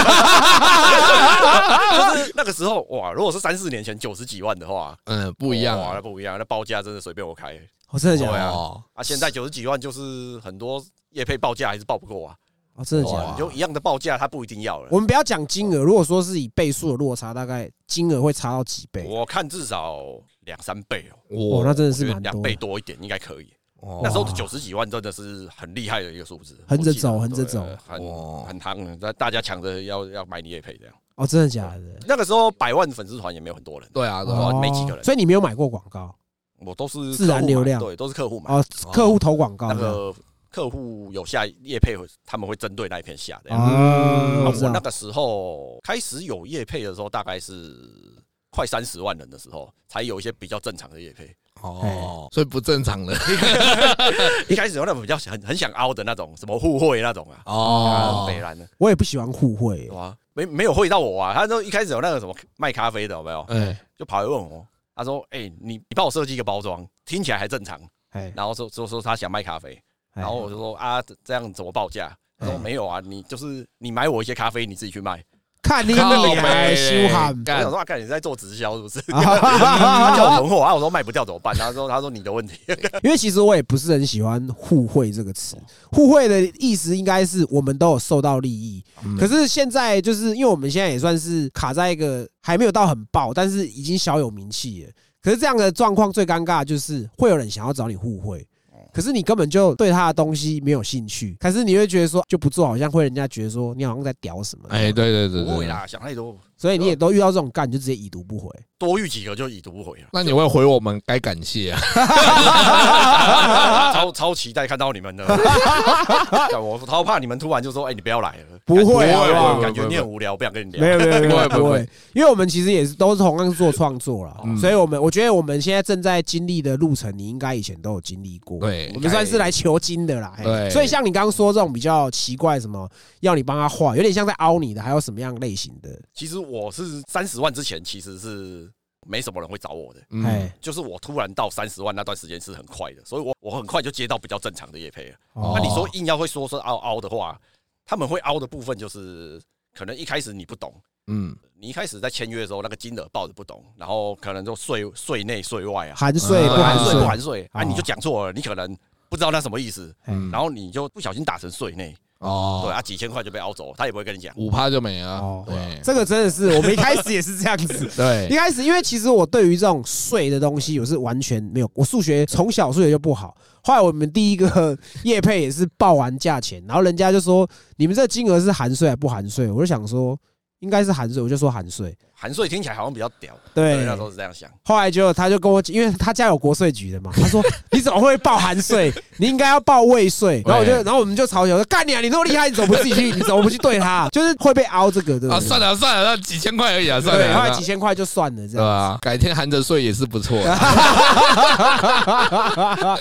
S1: 就是那个时候哇，如果是三四年前九十几万的话，
S3: 嗯，不一样
S1: 哇，那
S3: 啊，
S1: 不一样，那报价真的随便我开
S2: 我真的假
S1: 哦对
S2: 的？
S1: 啊
S3: 哦，
S1: 啊！现在九十几万就是很多业配报价还是报不过啊，
S2: 哦，真的假
S1: 哇
S2: 的
S1: 你？就一样的报价，他不一定要
S2: 我
S1: 了。
S2: 们不要讲金额，如果说是以倍数的落差，大概金额会差到几倍？
S1: 我看至少两三倍哦，
S2: 哦，
S3: 我哦
S2: 那真的
S1: 我
S2: 是
S1: 觉得
S2: 蛮
S1: 两
S2: 多
S1: 倍
S2: 的，
S1: 多一点应该可以。
S3: 那
S1: 那时候九十几万真的是很厉害的一个数字，
S2: 横着
S1: 我记得
S2: 走横着
S1: 对
S2: 走
S1: 很
S3: 哇
S1: 很夯的，那大家抢着要要买你业配这样。
S2: 哦，真的假的？
S1: 那个时候百万粉丝团也没有很多人，
S3: 对啊，对啊
S1: 哦
S2: 哦，
S1: 没几个人
S2: 所以你没有买过广告
S1: 我都是客户
S2: 自然
S1: 买
S2: 流量
S1: 对，都是客户买。
S2: 哦，客户投广告
S1: 那
S2: 这样
S1: 个客户有下业配，他们会针对那一片下的。
S2: 啊，
S1: 啊
S2: 我
S1: 我
S2: 知道
S1: 那个时候开始有业配的时候，大概是快三十万人的时候，才有一些比较正常的业配。哎
S3: 哦，所以不正常 的
S1: 一开始有那种比较想很想凹的那种，什么互惠那种啊，啊，
S3: 哦
S1: 北兰的，
S2: 我也不喜欢互惠、哦
S1: 对啊，没没有惠到我啊。他说一开始有那个什么卖咖啡的，有没
S2: 呃
S1: 有？
S3: 哎，
S1: 就跑来问我，他说：“哎、你你帮我设计一个包装，听起来还正常。”
S2: 哎，
S1: 然后说说说他想卖咖啡，
S2: 哎
S1: 然后我就说啊，这这样怎么报价？他
S3: 哎
S1: 说
S2: 嗯
S1: 没有啊，你就是你买我一些咖啡，你自己去卖。
S2: 看你
S3: 靠
S2: 你还
S3: 北
S2: 修喊
S1: 我想
S3: 干
S1: 说啊，看你在做直销是不是？他叫我
S2: 啊
S1: 囤货啊，我说卖不掉怎么办？他说他说你的 问题。
S2: 因为其实我也不是很喜欢“互惠”这个词，“互惠”的意思应该是我们都有受到利益。可是现在就是因为我们现在也算是卡在一个还没有到很爆，但是已经小有名气了。可是这样的状况最尴尬的就是会有人想要找你互惠。可是你根本就对他的东西没有兴趣，可是你会觉得说就不做，好像会人家觉得说你好像在屌什么。
S3: 哎，对对对
S1: 不会
S3: 对对，
S1: 啦，想太多，
S2: 所以你也都遇到这种干，你就直接已读不回。
S1: 多遇几个就已读不回啊 了。
S3: 那你会回我们该感谢啊，
S1: 超超期待看到你们 的，干我超怕你们突然就说，哎，你不要来了。
S2: 不会啊
S1: 感觉感
S2: 不会不
S3: 会
S1: 觉
S3: 不会
S1: 你很无聊，不想跟你聊。
S2: 没有没有没有
S3: 不会不
S2: 不
S3: 会
S2: 会，哦因为我们其实也是都是同样做创作啦，
S3: 嗯
S2: 所以我们我觉得我们现在正在经历的路程，你应该以前都有经历过。
S3: 对
S2: 我们算是来求经的啦。嘿
S3: 对
S2: 所以像你刚刚说这种比较奇怪，什么要你帮他画，有点像在凹你的，还有什么样类型的？
S1: 其实我是三十万之前，其实是没什么人会找我的。
S3: 嗯，
S2: 哎，
S1: 就是我突然到三十万那段时间是很快的，所以我我很快就接到比较正常的业配了。
S3: 哦
S1: 那你说硬要会说说凹凹的话，他们会凹的部分就是可能一开始你不懂，
S3: 嗯，
S1: 你一开始在签约的时候那个金额报的不懂，然后可能就税税内税外啊，
S2: 含税不
S3: 啊
S2: 含
S1: 含税
S2: 税
S1: 不？含税啊，
S2: 哦
S1: 你就讲错了，你可能不知道那什么意思，
S2: 嗯
S1: 然后你就不小心打成税内，对
S3: 哦，
S1: 啊，几千块就被凹走，他也不会跟你讲。
S3: 五趴就没了
S2: 哦，
S3: 对。
S2: 这个真的是我们一开始也是这样子
S3: 对啊
S2: 一开始，因为其实我对于这种税的东西，我是完全没有。我数学从小数学就不好，后来我们第一个业配也是报完价钱，然后人家就说你们这金额是含税还不含税？我就想说应该是含税，我就说含税。
S1: 含税听起来好像比较屌，
S2: 对
S1: 那时，候是这样想。
S2: 后来就他就跟我讲，因为他家有国税局的嘛，他说你怎么会报含税？你应该要报未 税。然后我就，
S3: 对
S2: 然后我们就嘲笑说干你啊，你那么厉害，你怎么不自己去？你怎么不去对 他？就是会被凹这个，对不
S3: 啊，
S2: 对？
S3: 算啊了算了，那几千块而已啊，算
S2: 对，
S3: 了，
S2: 后来
S3: 那
S2: 几千块就算了，这
S3: 对
S2: 样。
S3: 吧？改天含着睡也是不错的，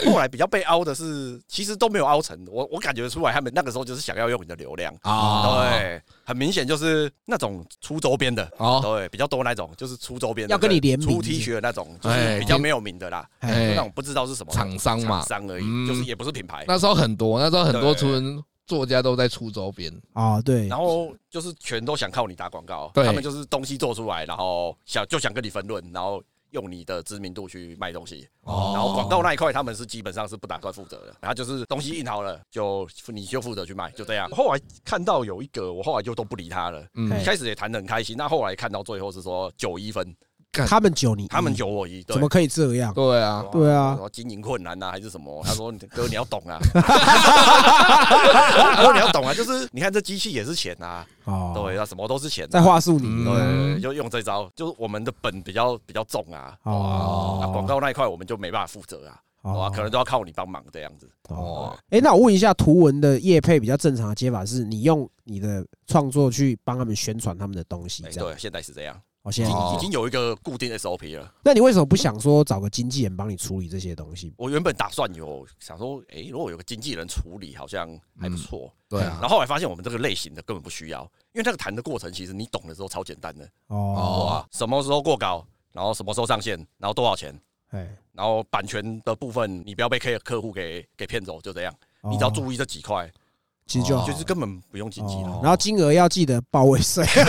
S1: 后来比较被凹的是，其实都没有凹成，我我感觉出来他们那个时候就是想要用你的流量。
S3: 啊，
S1: 对，很明显就是那种出周边的，
S3: 哦，
S1: 对，比较多那种，就是出周边的
S2: 要跟你联名
S1: 出 T 恤的那种，就是
S3: 哎
S1: 比较没有名的啦，就
S3: 哎
S1: 那，种不知道是什么
S3: 厂商嘛
S1: 厂商而
S3: 嗯
S1: 已，就是也不是品牌。
S3: 那时候很多，那时候很多
S1: 对
S3: 图文作家都在出周边，
S2: 哦，对
S1: 然。后就是全都想靠你打广告，
S3: 对
S1: 他们就是东西做出来，然后想就想跟你分论，然后用你的知名度去卖东西。
S3: 哦
S1: 然后广告那一块他们是基本上是不打算负责的，然后就是东西印好了就你就负责去卖，就这样。后来看到有一个，我后来就都不理他了。
S3: 嗯
S2: 哎
S1: 一开始也谈得很开心，那后来看到最后是说九一分，
S2: 他们九你一
S1: 他们九我一，对
S2: 嗯怎么可以这样？
S3: 对啊，
S2: 对啊
S1: 然后经营困难呐、还是什么？他说：“哥，你要懂 啊，他说你要懂啊，就是你看这机器也是钱啊，
S2: 哦，
S1: 对，，那什么都是钱、
S2: 在
S1: 啊。”
S2: 话术里面
S3: 嗯
S1: 对，就用这招，就是我们的本比较比较重啊，
S2: 哦
S1: 啊，广告那一块我们就没办法负责啊，哇，可能都要靠你帮忙这样子。
S2: 哦。哎，那我问一下，图文的业配比较正常的接法是，你用你的创作去帮他们宣传他们的东西
S1: 哎，，
S2: 这样。
S1: 对，现在是这样，
S2: 哦，
S1: 已
S2: 现在
S1: 经
S3: 哦
S1: 已经有一个固定 SOP 了。
S2: 那你为什么不想说找个经纪人帮你处理这些东西？
S1: 我原本打算有想说，哎，如果有个经纪人处理，好像还不错。
S3: 对
S1: 然
S3: 啊，
S1: 后后来发现我们这个类型的根本不需要，因为那个谈的过程其实你懂的时候超简单的，
S2: 哦，
S1: 哇，什么时候过稿，然后什么时候上线，然后多少钱，
S2: 哎，
S1: 然后版权的部分你不要被客客户给给骗走，就这样，你只要
S2: 哦，
S1: 注意这几块，
S2: 其实就好
S1: 就是根本不用经纪了
S2: 哦。然后金额要记得报位 税。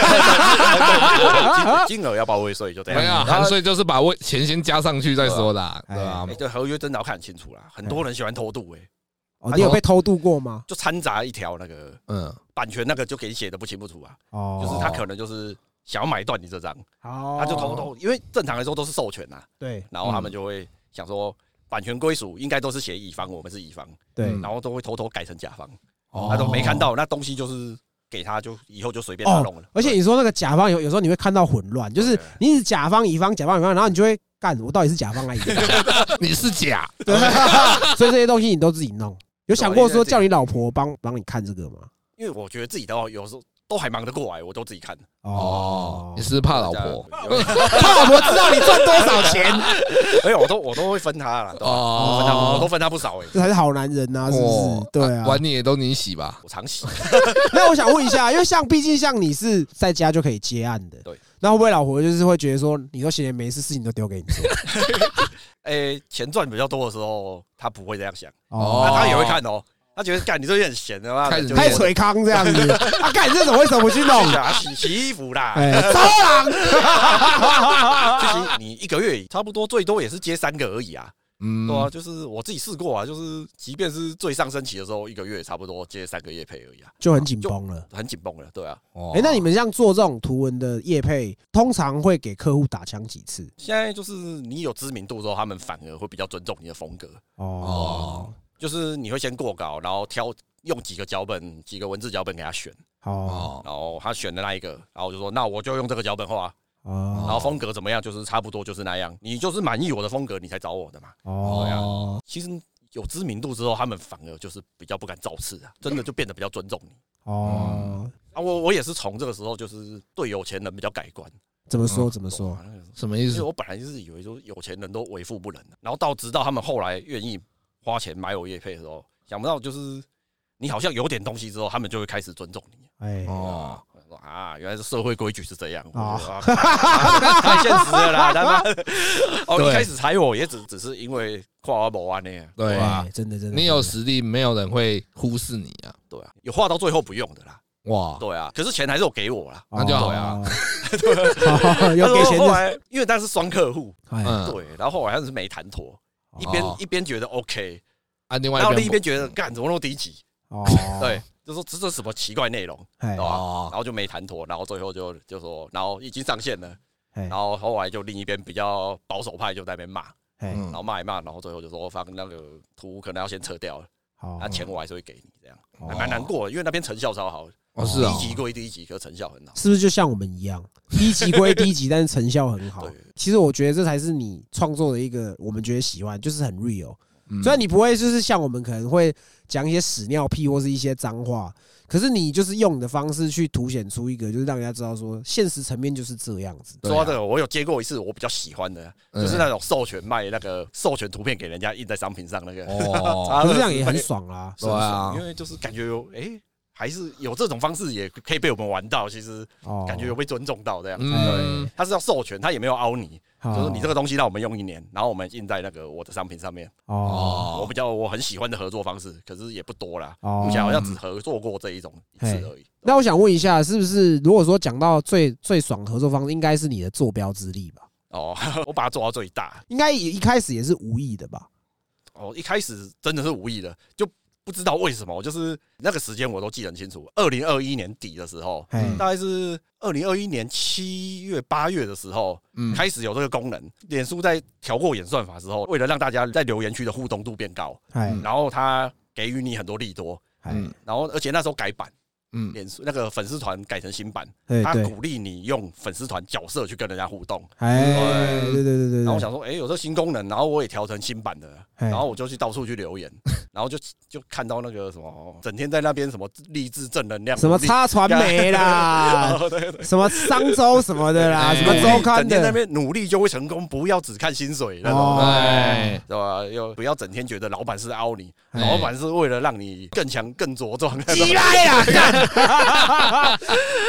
S1: 金金额要报位税，就这
S3: 没有啊
S1: 样。
S3: 含税就是把位钱先加上去再说啦，对
S2: 哎
S3: 啊
S1: 哎，，这合约真的要看清楚啦，很多人喜欢偷渡，哎，
S2: 哦，你有被偷渡过吗？
S1: 就掺杂一条那个
S3: 嗯，
S1: 版权那个就给你写的不清不楚啊，
S2: 哦，
S1: 就是他可能就是想要买断你这张，
S2: 哦，
S1: 他就偷偷，因为正常来说都是授权啊呐，
S2: 对
S1: 然后他们
S3: 嗯
S1: 就会想说。版权归属应该都是写乙方，我们是乙方，
S2: 对
S1: 然后都会偷偷改成甲方，
S3: 嗯哦
S1: 他都没看到，那东西就是给他就以后就随便他
S2: 哦
S1: 弄了。
S2: 而且你说那个甲方有有时候你会看到混乱，就是
S1: 对
S2: 你是甲方乙方甲方乙方，然后你就会干我到底是甲方还是乙 方？
S3: 你是假，
S2: 对，所以这些东西
S3: 啊
S2: 你都自己弄。有想过说叫你老婆帮帮你看这个吗？
S1: 因为我觉得自己都有时候都还忙得过来，我都自己看。
S3: 哦， 你是不是怕老婆
S2: 怕老婆知道你赚多少钱，
S1: 没有，我都我都会分他啦，对吧？我分他不我都
S3: 哦，
S1: 分他不少哎，
S2: 这才是好男人呐、啊，是不
S3: 哦
S2: 是？对啊。
S3: 碗你也都你洗吧？
S1: 我常洗。
S2: 那我想问一下，因为像毕竟像你是在家就可以接案的，
S1: 对，
S2: 那会不会老婆就是会觉得说，你都闲着没事，事情都丢给你 做？
S1: 诶，哎钱赚比较多的时候，他不会这样想，
S3: 哦
S1: 那他也会看哦。他觉得干你这有点闲的嘛，
S3: 开始
S1: 就
S2: 太
S1: 是
S2: 水康这样子，啊，干你这种为什么不去 弄？
S1: 啊，洗洗衣服啦，
S2: 哎，蟑螂，
S1: 其实你一个月差不多最多也是接三个而已啊，
S3: 嗯
S1: 对啊，就是我自己试过啊，就是即便是最上升期的时候，一个月差不多接三个月配而已啊，
S2: 就很紧绷了。
S1: 很紧绷了，对啊。
S3: 哦
S2: 哎、那你们像做这种图文的业配，通常会给客户打枪几次？
S1: 现在就是你有知名度之后，他们反而会比较尊重你的风格，
S2: 哦，
S1: 就是你会先过稿，然后挑用几个脚本、几个文字脚本给他选，
S2: 哦，
S3: 哦
S1: 然后他选的那一个，然后我就说那我就用这个脚本画，然
S2: 哦，
S1: 后风格怎么样，就是差不多就是那样，你就是满意我的风格，你才找我的嘛。啊
S2: 哦，
S1: 其实有知名度之后，他们反而就是比较不敢造次啊，真的就变得比较尊重你
S2: 哦，
S3: 嗯
S1: 啊。我我也是从这个时候就是对有钱人比较改观，
S2: 怎么
S3: 嗯
S2: 说？怎么说
S1: 哇？那个时候
S3: 什么意
S1: 因为
S3: 思？
S1: 我本来就是以为说有钱人都为富不仁的，然后到直到他们后来愿意花钱买我叶配的时候，想不到就是你好像有点东西之后，他们就会开始尊重你。
S2: 哎，
S3: 哦，
S1: 我说啊，原来是社会规矩是这样，我
S2: 哦
S1: 觉得啊太现实了啦，他妈的！哦，
S3: 对
S1: 一开始踩我也只只是因为跨阿博安呢，
S3: 对啊
S2: 哎，，真的真的，
S3: 你有实力，没有人会忽视你啊！
S1: 对啊，有话到最后不用的啦，
S3: 哇，
S1: 对啊，可是钱还是有给我啦。
S3: 那就好呀
S2: 哦， 有给
S1: 但是
S2: 钱
S1: 后
S2: 的，
S1: 来因为他是双客户，
S2: 哎，
S3: 嗯
S1: 对，然后后来他是没谈妥，一边一边觉得 OK，
S3: 啊，另外
S1: 然后另
S3: 一
S1: 一
S3: 边
S1: 边觉得干怎么那么低级，
S2: 哦，
S1: 对，就说这这什么奇怪内容，
S2: 哎
S1: 对吧啊
S3: 哦
S1: 然后就没谈妥，然后最后就就说，然后已经上线了，
S2: 哎
S1: 然后后来就另一边比较保守派就在那边骂，
S2: 哎，
S3: 嗯
S1: 然后骂一骂，然后最后就说放那个图可能要先撤掉了，
S3: 哦
S2: 好
S3: 啊
S1: 那，钱我还是会给你，这样
S2: 哦
S1: 还蛮难过的，因为那边成效超好，
S3: 哦是啊
S1: 低，级归低级，可是成效很好，
S2: 是不是就像我们一样，低级归低级，但 是成效很好
S1: 对？
S2: 其实我觉得这才是你创作的一个我们觉得喜欢，就是很 real。
S3: 嗯
S2: 虽然你不会就是像我们可能会讲一些屎尿屁或是一些脏话，可是你就是用你的方式去凸显出一个，就是让人家知道说现实层面就是这样子。
S3: 对啊嗯
S1: 说到这个，我有接过一次我比较喜欢的，就是那种授权卖那个授权图片给人家印在商品上那个，
S3: 哦，
S1: 啊
S2: 可是这样也很爽啦。
S1: 是不是
S3: 对啊
S1: 因为就是感觉有哎、还是有这种方式也可以被我们玩到，其实
S2: 哦，
S1: 感觉有被尊重到这样。
S3: 嗯，哦
S1: 他是要授权，他也没有凹你，
S2: 好
S1: 就是你这个东西让我们用一年，然后我们印在那个我的商品上面。
S2: 哦
S1: 我
S3: 哦
S1: 比较我很喜欢的合作方式，可是也不多啦，
S2: 哦
S1: 目前好像只合作过这一种一次而已。
S2: 那我想问一下，是不是如果说讲到最最爽的合作方式，应该是你的坐标之力吧？
S1: 哦， 我把它做到最大。
S2: 应该也一开始也是无意的吧？
S1: 哦，一开始真的是无意的，就不知道为什么，就是那个时间我都记得很清楚。二零二一年底的时候，
S2: 哎
S3: 嗯
S1: 大概是二零二一年七月八月的时候，
S3: 嗯，
S1: 开始有这个功能。脸书在调过演算法之后，为了让大家在留言区的互动度变高，
S2: 哎
S1: 然后它给予你很多利多。
S2: 哎
S1: 然后，而且那时候改版，
S3: 嗯
S1: 脸书那个粉丝团改成新版，
S2: 哎
S1: 它
S2: 对
S1: 鼓励你用粉丝团角色去跟人家互动。
S2: 哎对对对对
S1: 然后我
S2: 对，
S1: 想说，哎，有这新功能，然后我也调成新版的，
S2: 哎
S1: 然后我就去到处去留言，然后就就看到那个什么，整天在那边什么励志正能量，
S2: 什么
S1: 励
S2: 插传媒啦，
S1: 对对对
S2: 什么商周什么的啦，
S3: 哎
S2: 什么周刊
S1: 整天在那
S2: 的，
S1: 边努力就会成功，不要只看薪水那
S2: 哦
S1: 种，
S3: 哎
S1: 对吧？又不要整天觉得老板是凹你，
S2: 哎
S1: 老板是为了让你更强、更茁壮。
S2: 鸡掰啦，干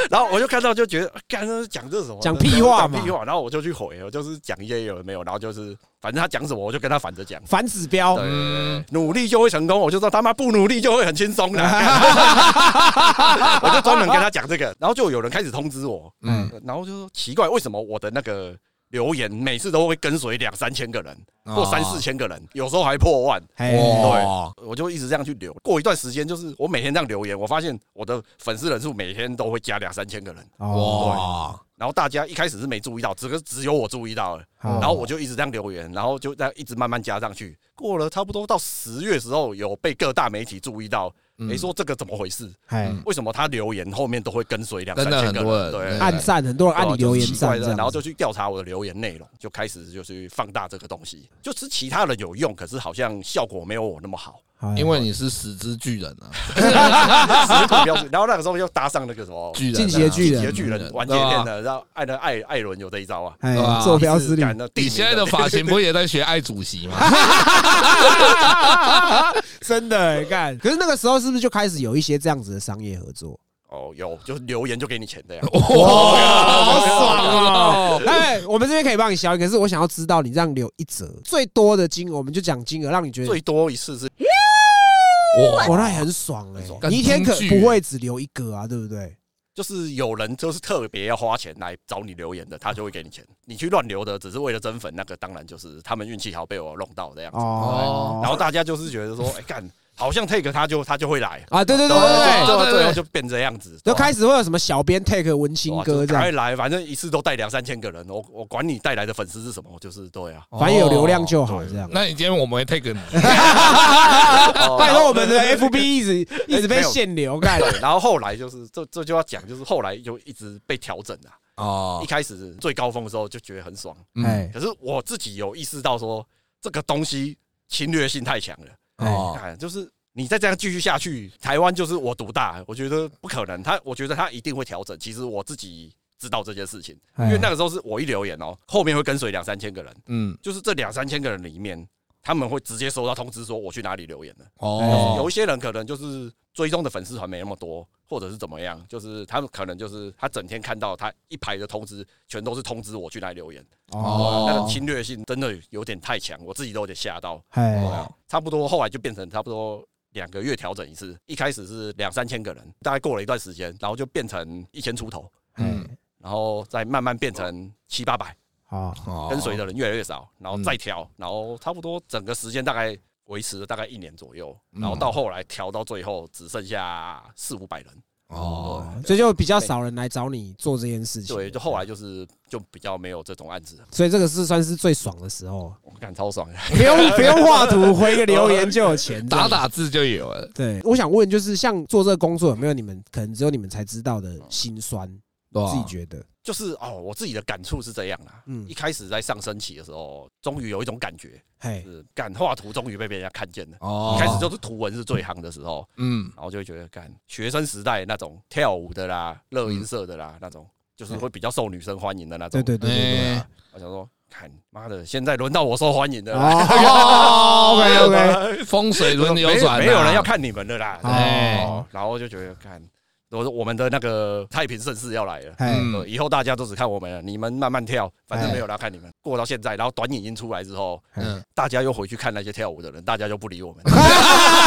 S1: 然后我就看到就觉得，干这是讲这是什么？
S2: 讲屁话嘛
S1: 讲屁话。然后我就去回，我就是讲一些有的没有，然后就是反正他讲什么我就跟他反着讲。
S2: 反指标，
S1: 对
S3: 嗯，
S1: 努力就会成功，我就知道他妈不努力就会很轻松的。 我就专门跟他讲这个，然后就有人开始通知我，
S3: 嗯
S1: 然后就说奇怪，为什么我的那个留言每次都会跟随两三千个人，
S2: 哦
S1: 或三四千个人，有时候还破万。
S2: 哎
S3: 哇，
S1: 我就一直这样去留，过一段时间，就是我每天这样留言，我发现我的粉丝人数每天都会加两三千个人。
S2: 哦，
S3: 哇，
S1: 然后大家一开始是没注意到，只是只有我注意到了，
S2: 哦
S1: 然后我就一直这样留言，然后就这样一直慢慢加上去。过了差不多到十月时候，有被各大媒体注意到，
S2: 嗯
S1: 诶，说这个怎么回事？
S2: 哎
S3: 嗯
S1: 为什么他留言后面都会跟随两三
S3: 真的
S1: 千
S3: 很
S1: 个
S3: 多人
S1: 对啊
S3: 对，
S2: 按赞，很多人按你留言
S1: 就是奇怪
S2: 赞，
S1: 的
S2: 这样，
S1: 然后就去调查我的留言内容，就 开始就去放大这个东西。就是其他人有用，可是好像效果没有我那么好。
S2: 哎
S3: 因为你是死之巨人啊，
S1: 死狗标志。然后那个时候又搭上那个什么
S3: 巨人啊，
S2: 进阶巨
S1: 进
S2: 人
S1: 击的巨人完结篇的，然后艾伦艾艾伦有这一招啊，
S2: 哎
S3: 对吧，
S2: 坐标之旅，
S1: 敢的地
S3: 你
S1: 名
S3: 现在的发型不也在学爱主席吗？
S2: 真的哎干。可是那个时候是不是就开始有一些这样子的商业合作？
S1: 哦，有就是留言就给你钱 这样。
S2: 哦
S3: 哇
S2: 好爽
S3: 哦！
S2: 哎，我们这边可以帮你消，可是我想要知道你让留一折最多的金额，我们就讲金额，让你觉得
S1: 最多一次是
S2: 我
S3: 哇，
S2: 那也很爽哎、
S1: 很爽
S2: 你一天可
S3: 干工具
S2: 不会只留一个啊，对不对？
S1: 就是有人就是特别要花钱来找你留言的，他就会给你钱。你去乱留的，只是为了增粉，那个当然就是他们运气好被我弄到这样。
S2: 哦，
S1: 然后大家就是觉得说，哎 干，好像 take 他就他就会来，
S2: 啊，对对对
S1: 然后
S2: 对
S3: 对
S2: 对，
S1: 就
S3: 对
S1: 就
S3: 对
S1: 最后
S3: 对
S1: 就变这样子，
S2: 就开始会有什么小编 take 文青歌
S1: 对啊就
S2: 这
S1: 是赶快
S2: 样，
S1: 来，反正一次都带两三千个人，我我管你带来的粉丝是什么，就是对 啊。
S2: 反正有流量就好这样。
S3: 那你今天我们会 take 你，
S2: 拜托，我们的 FB 一直一直被
S1: 没有
S2: 限流干，
S1: 对，然后后来就是这这就要讲，就是后来就一直被调整啊。
S3: 哦
S1: 一，开始最高峰的时候就觉得很爽，
S3: 嗯，
S2: 哎
S1: 可是我自己有意识到说这个东西侵略性太强了。
S3: 哦，
S1: 哎，就是你再这样继续下去，台湾就是我独大，我觉得不可能。他，我觉得他一定会调整。其实我自己知道这件事情，因
S3: 哎
S1: 为那个时候是我一留言哦，后面会跟随两三千个人，
S3: 嗯，
S1: 就是这两三千个人里面，他们会直接收到通知说我去哪里留言了。
S3: 哦，
S1: 哎有一些人可能就是追踪的粉丝团没那么多，或者是怎么样，就是他们可能就是他整天看到他一排的通知，全都是通知我去哪里留言，
S3: 哦
S1: 那个侵略性真的有点太强，我自己都有点吓到。
S2: 哎，
S3: 哦
S1: 差不多后来就变成差不多两个月调整一次，一开始是两三千个人，大概过了一段时间，然后就变成一千出头，
S2: 嗯
S3: 嗯，
S1: 然后再慢慢变成七八百，
S2: 好，
S3: 哦嗯
S1: 跟随的人越来越少，然后再调，然后差不多整个时间大概维持了大概一年左右，
S3: 嗯
S1: 然后到后来调到最后只剩下四五百人，
S3: 哦，
S2: 所以就比较少人来找你做这件事情。
S1: 对，就后来就是就比较没有这种案子了，
S2: 所以这个是算是最爽的时候，
S1: 我感超爽的。
S2: 不用不用画图，回个留言就有钱，
S3: 打。打字就有了。
S2: 对，我想问，就是像做这个工作，有没有你们可能只有你们才知道的辛酸？
S3: 对
S2: 自己
S3: 吧？
S2: 觉得，
S1: 就是哦，我自己的感触是这样啦。
S2: 嗯
S1: 一，开始在上升期的时候，终于有一种感觉，
S2: 嘿，
S1: 是感画图终于被别人家看见了。
S3: 哦
S1: 一开始就是图文是最行的时候，
S3: 嗯，
S1: 然后就会觉得，干学生时代那种跳舞的啦、乐音社的啦，那种就是会比较受女生欢迎的那种。
S2: 对嗯对对对对。
S3: 哎，
S1: 我想说，看妈的，现在轮到我受欢迎的
S2: 啊
S1: 啦，
S2: 哦，OK OK，
S3: 哎风水轮流转啊，
S1: 没有没有人要看你们的啦。
S2: 哦
S1: 哦，然后就觉得，看我我们的那个太平盛世要来了。
S2: 哎，
S3: 嗯
S1: 呃以后大家都只看我们了，你们慢慢跳，反正
S2: 哎
S1: 没有人要看你们。过到现在，然后短影音出来之后，
S3: 嗯，
S1: 大家又回去看那些跳舞的人，大家就不理我们。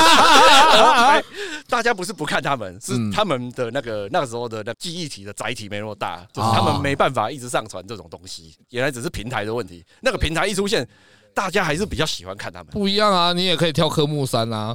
S1: 哎大家不是不看他们，是
S3: 嗯
S1: 他们的那个那个时候的那记忆体的载体没那么大，就是
S3: 啊
S1: 他们没办法一直上传这种东西。原来只是平台的问题，那个平台一出现，大家还是比较喜欢看他们。
S3: 不一样啊，你也可以跳科目三啊，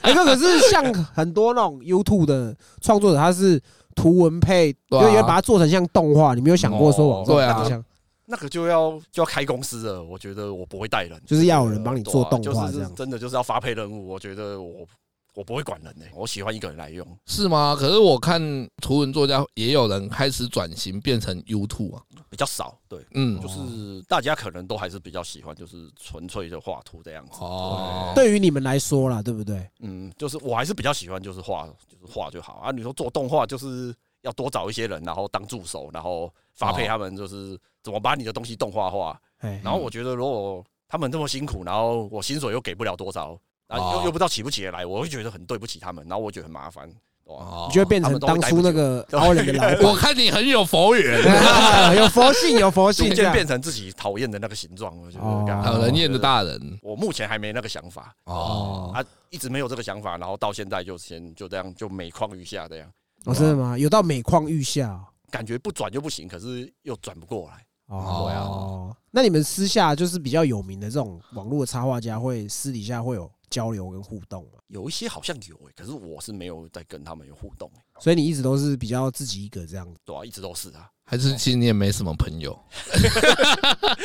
S2: 哎，可可是像很多那种 YouTube 的创作者，他是图文配，就
S3: 对啊
S2: 有人把它做成像动画，你没有想过说网上
S3: 对啊
S2: 打像
S1: 那个就要就要开公司了，我觉得我不会带人，
S2: 就是要有人帮你做动
S1: 对啊
S2: 画
S1: 就
S2: 这
S1: 是
S2: 样。
S1: 真的就是要发配任务。我觉得我我不会管人呢、欸我喜欢一个人来用。
S3: 是吗？可是我看图文作家也有人开始转型变成 YouTube 啊，
S1: 比较少，对，
S3: 嗯
S1: 就，是大家可能都还是比较喜欢，就是纯粹的画图这样子。
S3: 哦，
S2: 对于你们来说啦，对不对？
S1: 嗯，就是我还是比较喜欢就是画，就是画就好啊。你说做动画就是要多找一些人，然后当助手，然后发配
S3: 哦嗯
S1: 他们，就是怎么把你的东西动画化。
S2: 哎，
S1: 然后我觉得如果他们这么辛苦，然后我薪水又给不了多少，然后
S3: 哦
S1: 又又不知道起不起得来，我会觉得很对不起他们，然后我觉得很麻烦。哇，
S3: 哦
S2: 你就会变成当初那 个奥人的老
S3: 我看你很有 佛
S2: 哦
S3: 缘，
S2: 板，有佛性，有佛
S1: 逐
S2: 性，这
S1: 渐
S2: 样
S1: 变成自己讨厌的那个形状，我觉
S2: 哦
S1: 得干。
S3: 讨人厌的大人
S1: 我目前还没那个想法，
S3: 哦，
S1: 啊，一直没有这个想法，然后到现在就先就这样就每况愈下这样，
S2: 哦，真的吗？有到每况愈下哦
S1: 感觉不转就不行，可是又转不过来。对啊
S2: 哦。那你们私下就是比较有名的这种网络的插画家，会私底下会有交流跟互动嘛？
S1: 有一些好像有诶、可是我是没有在跟他们有互动、欸，
S2: 所以你一直都是比较自己一个这样子。
S1: 对啊，一直都是啊，
S3: 还是其实你也没什么朋友，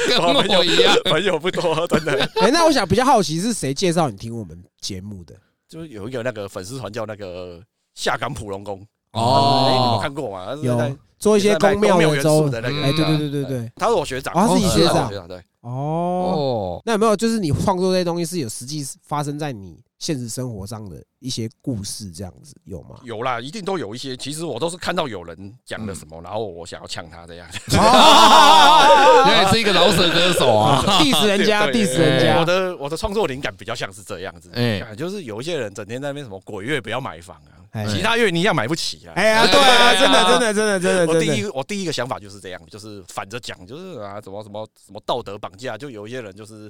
S3: 跟我一样，
S1: 朋友不 多，啊真的。
S2: 哎，那我想比较好奇是谁介绍你听我们节目的？
S1: 就是有一个那个粉丝团叫那个下岗普龙宫，哎，你们
S3: 哦，
S1: 看过吗？哎
S2: 有做一些
S1: 公
S2: 宫庙
S1: 元
S2: 的
S1: 素
S2: 粥，
S1: 的那嗯啊个，
S2: 哎，对对
S1: 对
S2: 对对对，
S1: 他是我学长，
S2: 哦他
S3: 是你学
S1: 我
S2: 长
S1: 学长对，
S2: 哦，
S3: 哦，
S2: 那有没有就是你创作这些东西是有实际发生在你现实生活上的一些故事这样子有 吗？
S1: 有啦，一定都有一些。其实我都是看到有人讲了什
S2: 嗯
S1: 么，然后我想要呛他这样。
S3: 原来你是一个饶舌歌手啊！
S2: diss 人家
S1: 对
S2: ，diss 人
S1: 我
S2: 家，
S1: 的我的创作灵感比较像是这样子，
S3: 哎
S1: 哎，就是有一些人整天在那边什么鬼月不要买房啊，
S2: 哎
S1: 其他月你一样买不起啊。
S2: 哎呀，对啊，真的真的真的真的
S1: 我第
S2: 真
S1: 一
S2: 的，
S1: 我第一个想法就是这样，就是反着讲，就是啊，什么什么什么道德绑架，就有一些人就是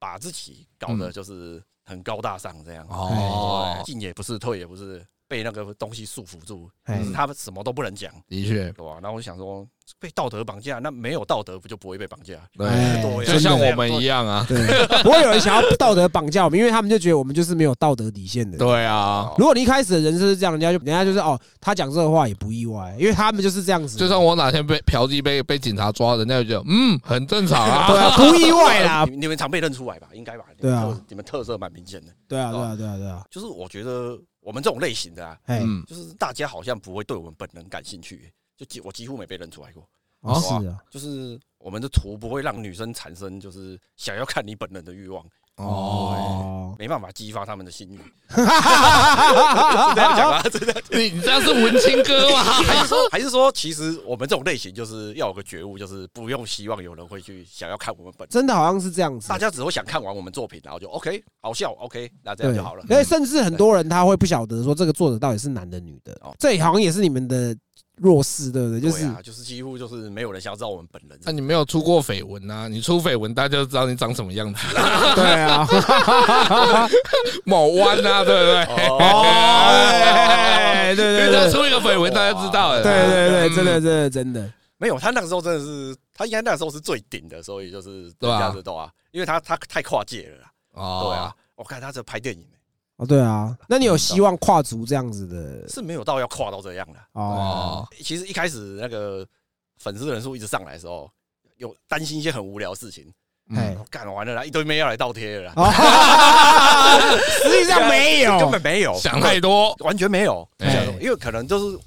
S1: 把自己搞得
S3: 嗯
S1: 就是很高大上这样，哎
S3: 哦
S1: 对，进也不是，退也不是，被那个东西束缚住，
S2: 哎
S1: 就是他们什么都不能讲，
S3: 的确，
S1: 对吧？然后我就想说，被道德绑架，那没有道德不就不会被绑架？
S3: 对，
S1: 对啊
S3: 就像我们一
S1: 样。
S3: 样啊。
S2: 对，不会有人想要道德绑架我们，因为他们就觉得我们就是没有道德底线的人。
S3: 对啊，
S2: 如果你一开始的人设是这样，人家就人家就是哦，他讲这个话也不意外，因为他们就是这样子，
S3: 就算我哪天被嫖妓被被警察抓，人家就觉得嗯，很正常啊。
S2: 对啊，不意外啦
S1: 你，们你们常被认出来吧？应该吧？
S2: 对啊
S1: 你们特，你们特色蛮明显的。
S2: 对啊，对啊，对啊，对啊，
S1: 就是我觉得我们这种类型的啊，
S2: 哎，
S3: 嗯，
S1: 就是大家好像不会对我们本人感兴趣，就几我几乎没被认出来过。
S2: 哦
S3: 哦
S2: 是啊，
S1: 就是我们的图不会让女生产生就是想要看你本人的欲 望，
S3: 哦，
S2: 哦，
S1: 没办法激发他们的性欲。 是这样讲吗？ 是这样讲。
S3: 你你这样是文青哥吗？
S1: 还是说，还是说，其实我们这种类型就是要有个觉悟，就是不用希望有人会去想要看我们本人，
S2: 真的好像是这样子
S1: 大，家只会想看完我们作品，然后就 OK，好笑 OK，那这
S2: 对哎
S1: 样就好了。
S2: 因为甚至很多人他会不晓得说这个作者到底是男的女的
S1: 哦，
S2: 这好像也是你们的弱势，对不对？就
S1: 对
S2: 是
S1: 啊，就是几乎就是没有人想要知道我们本人。
S3: 那你没有出过绯闻啊？你出绯闻，大家就知道你长什么样子，
S2: 对啊，
S3: 某弯啊，对不对？
S1: 哦，
S2: 哎对
S3: 因
S2: 对
S3: 为他
S2: 对。
S3: 出一个绯闻，大家知道了。嗯
S2: 对对对，真的真的真的，
S1: 没有，他那个时候真的是，他应该那个时候是最顶的，所以就是
S3: 对啊
S1: 大家知道啊，因为他他太跨界了啦，对
S3: 哦
S1: 啊，，我看他这拍电影
S2: 哦对啊，那你有希望跨足这样子的
S1: 是没有到要跨到这样的。
S2: 哦？
S3: 哦，
S1: 其实一开始那个粉丝人数一直上来的时候，有担心一些很无聊的事情，
S2: 哎
S1: 我干完了啦，一堆妹要来倒贴了啦，啊
S2: 哦，实际上没有，
S1: 根本没有，
S3: 想太多，
S1: 完全没有，
S3: 哎
S1: 想说因为可能就是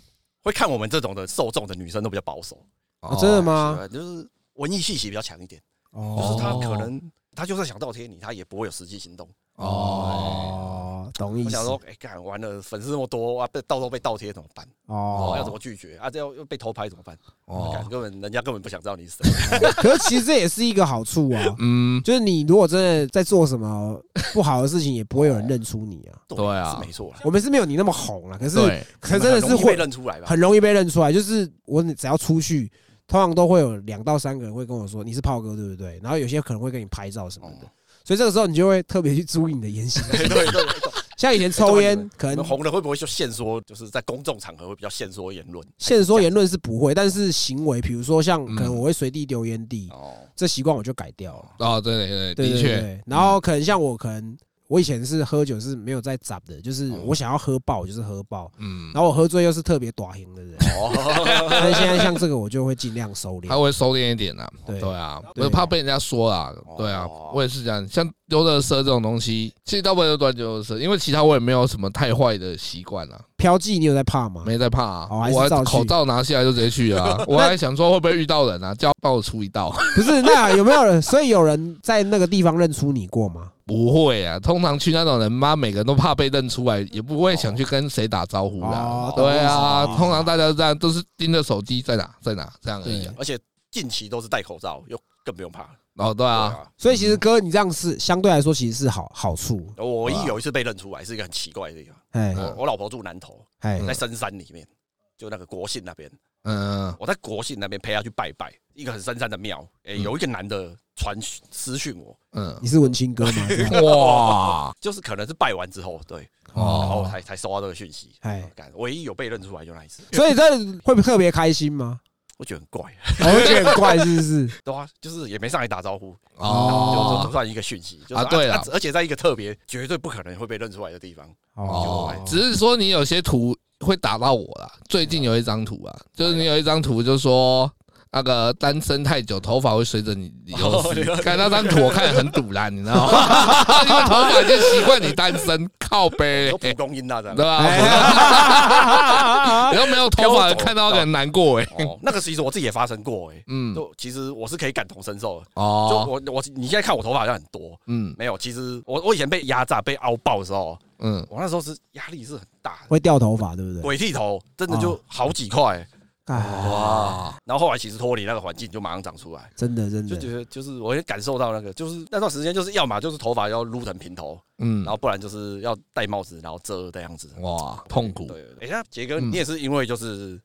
S1: 会看我们这种的受众的女生都比较保守，
S2: 哦真的吗？
S1: 是吧啊就是文艺气息比较强一点。就
S2: 哦
S1: 是他可能他就算想倒贴你，他也不会有实际行动。
S3: 哦，
S2: 哦，懂意
S1: 我
S2: 思
S1: 想说，哎，干完了，粉丝那么多啊，被到时候被倒贴怎么办？哦，要怎
S2: 哦。
S1: 么拒绝啊？这要又被偷拍怎么办？
S3: 哦
S1: 干，根本人家根本不想知道你 是谁。
S2: 可是其实这也是一个好处啊，
S3: 嗯，
S2: 就是你如果真的在做 什么不好的事情，也不会
S1: 哦
S2: 有人认出你啊。
S3: 对啊
S1: 是没错啦，
S2: 我们是没有你那么红啊了，可是
S3: 对，
S2: 可真的
S1: 我们很
S2: 是
S1: 容易被
S2: 会
S1: 认出来吧？
S2: 很容易被认出来。就是我只要出去，通常都会有两到三个人会跟我说你是炮哥，对不对？然后有些可能会跟你拍照什么
S1: 哦
S2: 的，所以这个时候你就会特别去注意你的言 行。
S1: 对对对， 对
S2: 像以前抽烟，可
S1: 你们
S2: 能
S1: 红了会不会就限缩？就是在公众场合会比较限缩言论？
S2: 限缩言论是不会，但是行为，比如说像
S3: 嗯
S2: 可能我会随地丢烟蒂，
S1: 哦，
S2: 这习惯我就改掉了。
S3: 哦，对对对，
S2: 对
S3: 的
S2: 对
S3: 确，
S2: 嗯对，然后可能像我，可能我以前是喝酒是没有在砸的，就是我想要喝爆我就是喝爆，
S3: 嗯，
S2: 然后我喝醉又是特别短型 的人，
S1: 哦，
S2: 但是现在像这个我就会尽量收敛
S3: 他。会收敛一点啊。
S2: 对
S3: 对啊，
S2: 对哦
S3: 我怕被人家说啦。对啊，我也是这样。像丢垃圾这种东西，其实大部分都乱丢垃圾，因为其他我也没有什么太坏的习惯啦，
S2: 嫖妓你有在怕吗？
S3: 没在怕啊。
S2: 哦还是
S3: 我
S2: 照去
S3: 口罩拿下来就直接去 了啊。我还想说会不会遇到人啊，叫他帮我出一道。
S2: 不是，那有没有人？ 所以有人在那个地方认出你过 吗？
S3: 不会啊，通常去那种人，妈每个人都怕被认出来，也不会想去跟谁打招呼啦
S2: 哦。
S3: 对啊，
S2: 懂意思
S3: 通常大家都这样，都是盯着手机在哪在哪这样而已啊。
S1: 而且近期都是戴口罩，又更不用怕了。
S3: 哦，对啊，
S2: 所以其实哥，你这样是相对来说其实是好好处，
S1: 对啊，我唯一有一次被认出来是一个很奇怪的地方。
S2: 哎
S3: 嗯
S1: 我我老婆住南投，
S2: 哎
S1: 在深山里面，就那个国信那边。
S3: 嗯，
S1: 我在国信那边陪她去拜拜，一个很深山的庙。诶，
S3: 嗯
S1: 有一个男的传讯私讯我，
S3: 嗯
S2: 你是文青哥 吗？这样
S3: 嗯，哇，
S1: 就是可能是拜完之后，对，然后我
S3: 哦，
S1: 才才收到这个讯息。哦
S2: 哎，
S1: 干唯一有被认出来就那一次，
S2: 所以这会特别开心 吗？
S1: 我觉得很怪，
S2: 我会觉得很怪，是不是？
S1: 对啊，就是也没上来打招呼，
S3: 哦
S1: 就就，算一个讯息，就是
S3: 啊对啦
S1: 而且在一个特别绝对不可能会被认出来的地方，
S3: 哦
S1: 就，
S3: 只是说你有些图会打到我啦。最近有一张图啊，就是你有一张图，就说那个单身太久，头发会随着你 流
S1: 哦
S3: 失
S1: 你要。
S3: 看那张图，我看得很堵然，你知道吗？ 因为头发就习惯你单身，靠背
S1: 有，蒲公英那这样
S3: 对。吧？
S2: 哎
S3: 你要没 有头
S1: 飘
S3: 发，
S1: 走
S3: 看到很难 过哎。
S1: 哦，那个其实我自己也发生过哎、
S3: 嗯，
S1: 就其实我是可以感同身受的。就
S3: 哦，
S1: 我我你现在看我头发好像很多，
S3: 嗯
S1: 没有，其实我我以前被压榨、被凹爆的时候，
S3: 嗯，
S1: 我那时候是压力是很大的，
S2: 会掉头发，对不对？
S1: 鬼剃头真的就好几块、
S2: 哎，
S1: 哇！然后后来其实脱离那个环境，就马上长出来，
S2: 真的真
S1: 就
S2: 的，
S1: 觉
S3: 嗯
S1: 得就是我也感受到那个，就是那段时间就是要么就是头发要撸成平头，
S3: 嗯
S1: 然，后不然就是要戴帽子，然后遮这样子。
S3: 哇，痛苦
S1: 对，。哎，那杰哥，
S3: 嗯
S1: 你也是因为就是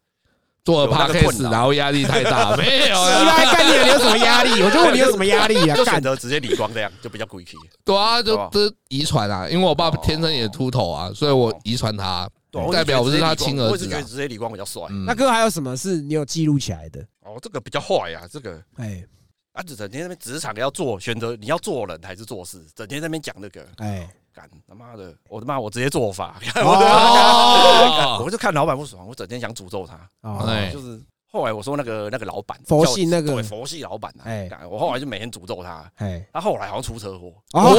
S3: 做了
S1: 有那个
S3: podcast，
S1: 困扰
S3: 然后压力 太大，没有
S2: 一
S3: 啊？
S2: 般干你了，你有什么压力？我就问你有什么压力啊？
S1: 就
S2: 干
S1: 选，择直接理光这样，就比较鬼气。
S3: 对啊，就
S1: 对吧
S3: 这遗传啊，因为我爸天生也秃头啊，所以我遗传他，
S1: 哦对啊
S3: 代表我是他亲
S1: 我
S3: 儿
S1: 也是
S3: 子
S1: 觉得
S3: 啊。
S1: 直接理光比较帅。
S3: 嗯
S2: 那哥还有什么是你有记录起来的？
S1: 哦，这个比较坏呀，这个
S2: 哎
S1: 啊，只整天在那边职场要做选择，你要做人还是做事，整天在那边讲那个，
S2: 哎，
S1: 干他妈的，我他妈我直接做法，
S3: 哦
S1: 我就看老板不爽，我整天想诅咒他，
S2: 哦，
S3: 哎
S1: 就是后来我说那个那个老板
S2: 佛
S1: 叫
S2: 系那
S1: 对
S2: 个，
S1: 佛系老板啊
S2: 哎，
S1: 干我后来就每天诅咒他，
S2: 哎，
S1: 他后来好像出车祸， 哦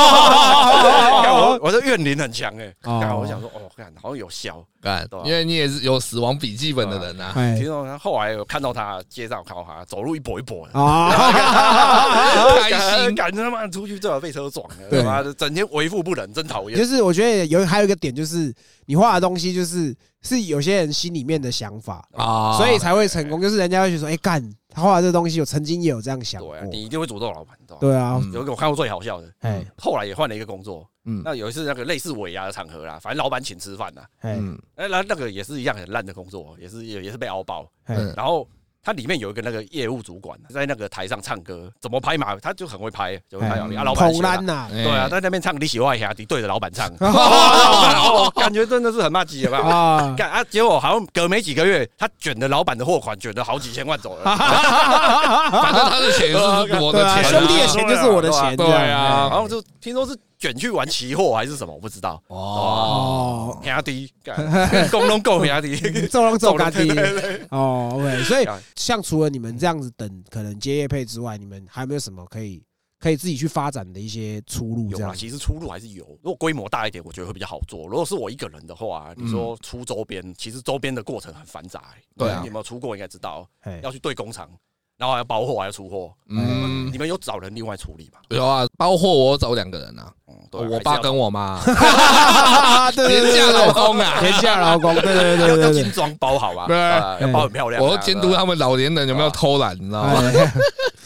S1: 干我
S2: 哦，
S1: 我的怨灵很强哎，
S2: 哦
S1: 干我想说哦，干好像有效，
S3: 干
S1: 对啊，
S3: 因为你也是有死亡笔记本的人啊。
S2: 哎
S1: 听，说他后来有看到他街上看到他走路一跛一跛 的。
S2: 哦，
S3: 开 心
S1: 感觉他妈出去最好被车撞了，
S2: 对
S1: 他妈的整天为富不仁，真讨厌。
S2: 就是我觉得有还有一个点就是你画的东西就是是有些人心里面的想法，
S3: 啊，
S2: 所以才会成功。就是人家会觉得说，哎，干他画的这东西，我曾经也有这样想过
S1: 对啊，，你一定会诅咒老板，对吧？
S2: 对啊，
S3: 嗯
S1: 有一个我看过最好笑的，
S2: 哎
S1: 后来也换了一个工作，
S3: 嗯
S1: 那有一次那个类似尾牙的场合啦，反正老板请吃饭啦，
S2: 哎
S3: 嗯
S1: 哎，那那个也是一样很烂的工作，也是也也是被熬爆。
S2: 哎
S3: 嗯
S1: 然后它里面有一个那个业务主管啊在那个台上唱歌，怎么拍嘛，他就很会拍，就会拍
S2: 哎
S1: 啊，老板
S2: 捧烂呐，
S1: 对啊，
S3: 嗯哎
S1: 在那边唱你喜欢呀，你对着老板 唱，哇老板哦，感觉真的是很骂鸡，有没有？
S2: 啊，
S1: 干啊！结果好像隔没几个月，他卷了老板的货款，卷了好几千万走了。
S3: 反正他的钱是我
S2: 对
S3: 的
S2: 啊，
S3: 钱啊，
S2: 兄弟的钱就是我的钱，
S3: 对
S2: 这样哎
S3: 啊
S1: 然后就听说是卷去玩期货还是什么，我不知道。
S3: 哦，
S2: 哦，
S1: 压低，干 工农够
S3: 啊
S1: 压低，
S2: 做龙做干爹
S1: 对对对
S2: 哦，OK，所以像除了你们这样子等可能接业配之外，你们还有没有什么可以可以自己去发展的一些出 路？
S1: 有
S2: 这样
S1: 啊，
S2: 子
S1: 其实出路还是有。如果规模大一点，我觉得会比较好做。如果是我一个人的话，你说出周边，其实周边的过程很繁杂、欸。
S3: 嗯对啊
S1: 你有没有出过？应该知道，
S2: 哎
S1: 要去对工厂，然后还要包货，还要出货。
S3: 嗯
S1: 你，们有找人另外处理吧？
S3: 有啊，包括我找两个人啊，
S1: 嗯，对啊，
S3: 我爸跟
S1: 我
S3: 我妈，
S2: 啊，对对
S3: 廉
S2: 对
S3: 价
S2: 对
S3: 老公啊，
S2: 对，廉价劳工，对对
S1: 要
S2: 对
S1: 要
S2: 对对
S1: 精装包好吧？
S3: 对
S1: 啊要包很漂亮啊。
S3: 我要监督
S1: 对啊
S3: 他们老年人有没有偷懒，你知道吗？
S2: 哎，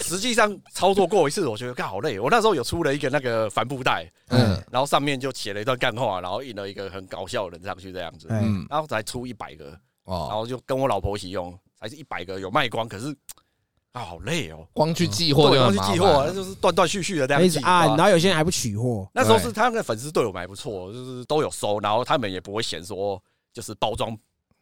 S1: 实际上操作过一次，我觉得干好累。我那时候有出了一个那个帆布袋，
S3: 嗯
S1: 然后上面就写了一段干话，然后印了一个很搞笑的人上去这样子，
S2: 哎
S3: 嗯，
S1: 然后才出一百个，然
S3: 哦，
S1: 后就跟我老婆一起用，才是一百个有卖光，可是啊好累哦，
S3: 光去寄货就
S1: 东
S3: 很
S1: 西
S3: 麻
S1: 寄货
S3: 烦，哎
S1: 就是断断续续的这
S2: 一
S1: 样
S2: 直
S1: 寄
S2: 按，
S1: 对
S2: 然
S1: 吧
S2: 后有些人还不取货，
S1: 那时候是他们的粉丝对我们还不错，就是都有收，然后他们也不会嫌说就是包装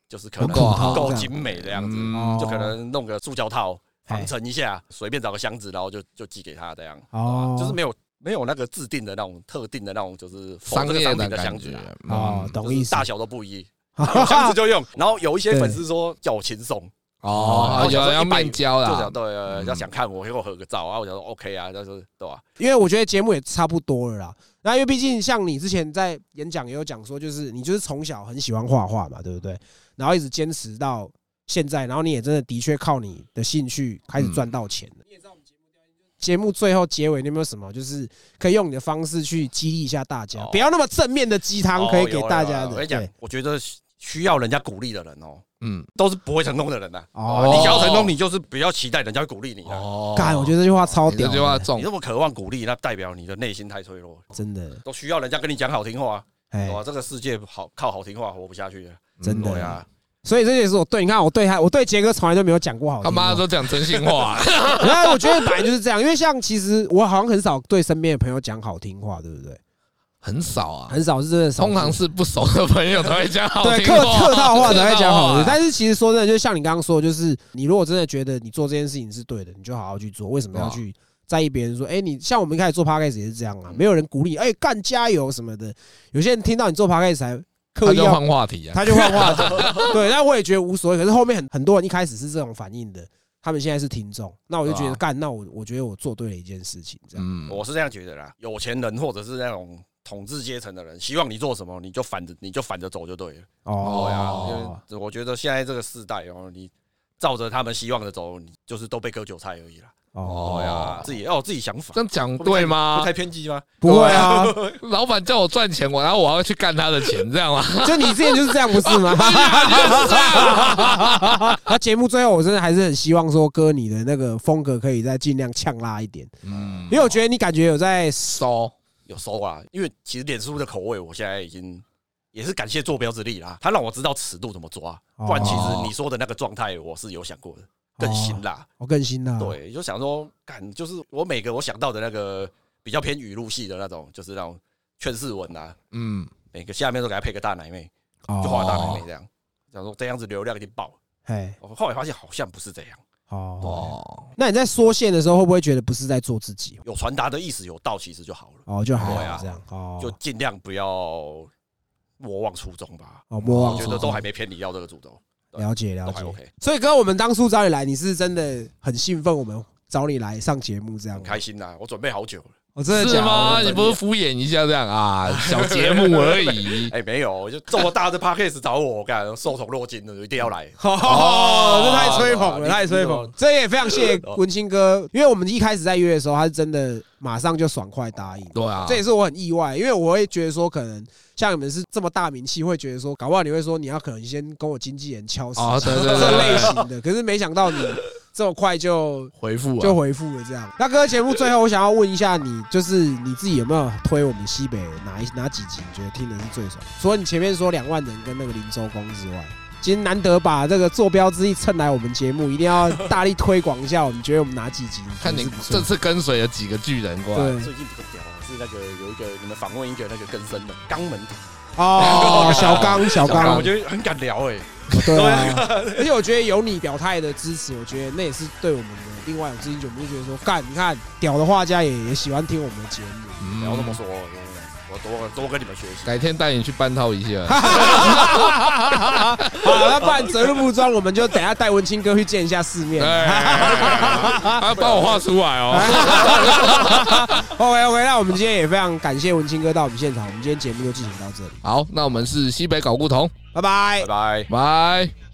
S1: 就是可能
S3: 不够啊好
S1: 不够精美这样子，哦
S2: 哦
S3: 嗯
S1: 就可能弄个塑胶套
S2: 哎
S1: 防尘一下，随便找个箱子，然后就就寄给他这样。
S2: 哦，
S1: 就是没有没有那个制定的那种特定的那种，就是否
S3: 商
S1: 这个
S3: 业
S1: 商
S3: 的
S1: 品的
S3: 感
S1: 箱
S3: 觉
S1: 子啊，
S2: 哦，
S3: 嗯
S2: 懂
S1: 就
S2: 意
S1: 是
S2: 思
S1: 大，小都不一，有箱子就用。然后有一 些粉丝说叫我轻送，
S3: 哦，有人要面交
S1: 就
S3: 啦
S1: 想，对呃
S3: 嗯
S1: 要想看我，给我合个照啊，我想说 OK 啊，就是对吧？
S2: 因为我觉得节目也差不多了啦。那因为毕竟像你之前在演讲也有讲说，就是你就是从小很喜欢画画嘛，对不对？然后一直坚持到现在，然后你也真的的确靠你的兴趣开始赚到钱了。你也知道我们节目节目最后结尾，你有没有什么就是可以用你的方式去激励一下大家，
S1: 哦
S2: 不要那么正面的鸡汤可以给大家
S1: 哦有有有
S2: 的？
S1: 我跟你讲
S2: 对，
S1: 我觉得需要人家鼓励的人哦，
S3: 嗯，
S1: 都是不会成功的人呐。
S2: 哦
S1: 哦，你想要成功，你就是不要期待人家会鼓励你啊。
S3: 哦
S2: 干，我觉得这句话超
S3: 你这
S2: 屌
S3: 句话
S2: 的，
S3: 重
S1: 你，这么渴望鼓励，那代表你的内心太脆弱，
S2: 真的，
S1: 都需要人家跟你讲好听话。
S2: 哎，
S1: 哇，这个世界好靠好听话活不下去的。
S2: 真的
S1: 对啊，
S2: 所以这也是我对你看，我对他，我对杰哥从来都没有讲过好听
S3: 他妈
S2: 话
S3: 的都讲真 心话，
S2: 然后我觉得本来就是这样，因为像其实我好像很少对身边的朋友讲好听话，对不对？
S3: 很少啊，
S2: 很少是真的少数，
S3: 通常是不熟的朋友才会讲好
S2: 对
S3: 听
S2: 客客套话才会讲好听。
S3: 听。
S2: 但是其实说真的，就像你刚刚说，就是你如果真的觉得你做这件事情是对的，你就好好去做，为什么要去？在意别人说，哎、你像我们一开始做 podcast 也是这样
S3: 嗯
S2: 啊，没有人鼓励，哎、干加油什么的。有些人听到你做 podcast 才刻
S3: 他
S2: 意
S3: 就
S2: 要
S3: 换话题 啊，
S2: 他就换话题。对，但我也觉得无所谓。可是后面很很多人一开始是这种反应的，他们现在是听众，那我就觉
S3: 对
S2: 得
S3: 啊
S2: 干，那我我觉得我做对了一件事情，这样。
S3: 嗯，
S1: 我是这样觉得啦，有钱人或者是那种统治阶层的人，希望你做什么，你就反着你就反着走就对了。
S3: 哦
S1: 对啊，
S2: 哦
S1: 因为我觉得现在这个世代哦，你照着他们希望的走，你就是都被割韭菜而已啦。
S2: 哦，
S1: 对啊，自己要有自己想法
S3: 这，样讲对吗
S1: 不？太偏激吗？
S2: 不会啊，
S3: 老板叫我赚钱，我然后我要去干他的钱，这样吗？
S2: 就你之前就是这样，不是 吗？
S1: 啊
S2: 那节目最后，我真的还是很希望说，哥你的那个风格可以再尽量呛辣一点，
S3: 嗯
S2: 因为我觉得你感觉有在哦
S3: 收
S1: 有收啊，因为其实脸书的口味，我现在已经也是感谢坐标之力啦，他让我知道尺度怎么抓，
S2: 哦
S1: 不然其实你说的那个状态，我是有想过的，更辛
S2: 了，
S1: 辣。
S2: 我哦更新了，，
S1: 对，就想说，干就是我每个我想到的那个比较偏语录系的那种，就是那种劝世文啊，
S3: 嗯，
S1: 每个下面都给他配个大奶妹，就画
S2: 哦，
S1: 大奶妹这样。想说这样子流量一定爆，
S2: 哎，
S1: 我后来发现好像不是这样，啊
S2: 哦，
S3: 哦，
S2: 那你在缩线的时候，会不会觉得不是在做自己？
S1: 有传达的意思有到，其实就好了，
S2: 哦，就还
S1: 对
S2: 好
S1: 啊
S2: 这样，哦，
S1: 就尽量不要莫忘初衷吧。
S2: 哦，莫忘
S1: 我觉
S2: 初
S1: 得
S2: 衷
S1: 都还没偏离到这个主轴，
S2: 了解嗯了
S1: 都还
S2: 解。
S1: OK，
S2: 所以哥，我们当初找你来，你是真的很兴奋，我们找你来上节目这样
S1: 很。开心啊呐，我准备好久了。
S2: 我真的
S3: 是
S2: 假
S3: 吗？
S2: 的？
S3: 你不是敷衍一下这样啊？小节目而已。
S1: 哎，没有，就这么大的 podcast 找我，干受宠若惊的，一定要来。
S2: 哦，这太吹捧
S1: 哦
S2: 了，太吹
S1: 你
S2: 捧。这也非常谢谢文清哥，因为我们一开始在约的时候，他是真的马上就爽快答应。
S3: 对啊，
S2: 这也是我很意外，因为我会觉得说，可能像你们是这么大名气，会觉得说，搞不好你会说你要可能先跟我经纪人敲死
S3: 哦对对对
S2: 这类型的，可是没想到你这么快就
S3: 回复
S2: 就
S3: 啊，
S2: 回复了这样。那哥，节目最后我想要问一下你，就是你自己有没有推我们西北哪一哪几集你觉得听的是最爽？除了你前面说两万人跟那个林州公之外，今天难得把这个坐标之意蹭来我们节目，一定要大力推广一下。我们觉得我们哪几集
S3: 看
S2: 你觉
S3: 你
S2: 得是
S3: 这
S2: 不错
S3: 次跟随了几个巨人过来。
S2: 对
S1: 最近比较屌的是那个有一个你们访问一个那个更生的肛门塔，
S2: 哦，小刚
S1: 小
S2: 小
S1: 刚
S2: 刚
S1: 我，觉得很敢聊哎，
S2: 对啊，而且我觉得有你表态的支持，我觉得那也是对我们的另外有知音我们就觉得说，干，你看屌的画家也也喜欢听我们的节目。
S3: 嗯
S1: 不要这么说，我多多跟你们学习。
S3: 改天带你去半套一下。
S2: 好，那不然择日不庄，我们就等一下带文清哥去见一下世面。哎
S3: 他帮我画出来哦。
S2: OK OK，那我们今天也非常感谢文清哥到我们现场，我们今天节目就进行到这里，
S3: 好，那我们是西北搞固同，
S2: 拜拜
S1: 拜。拜。
S3: 拜。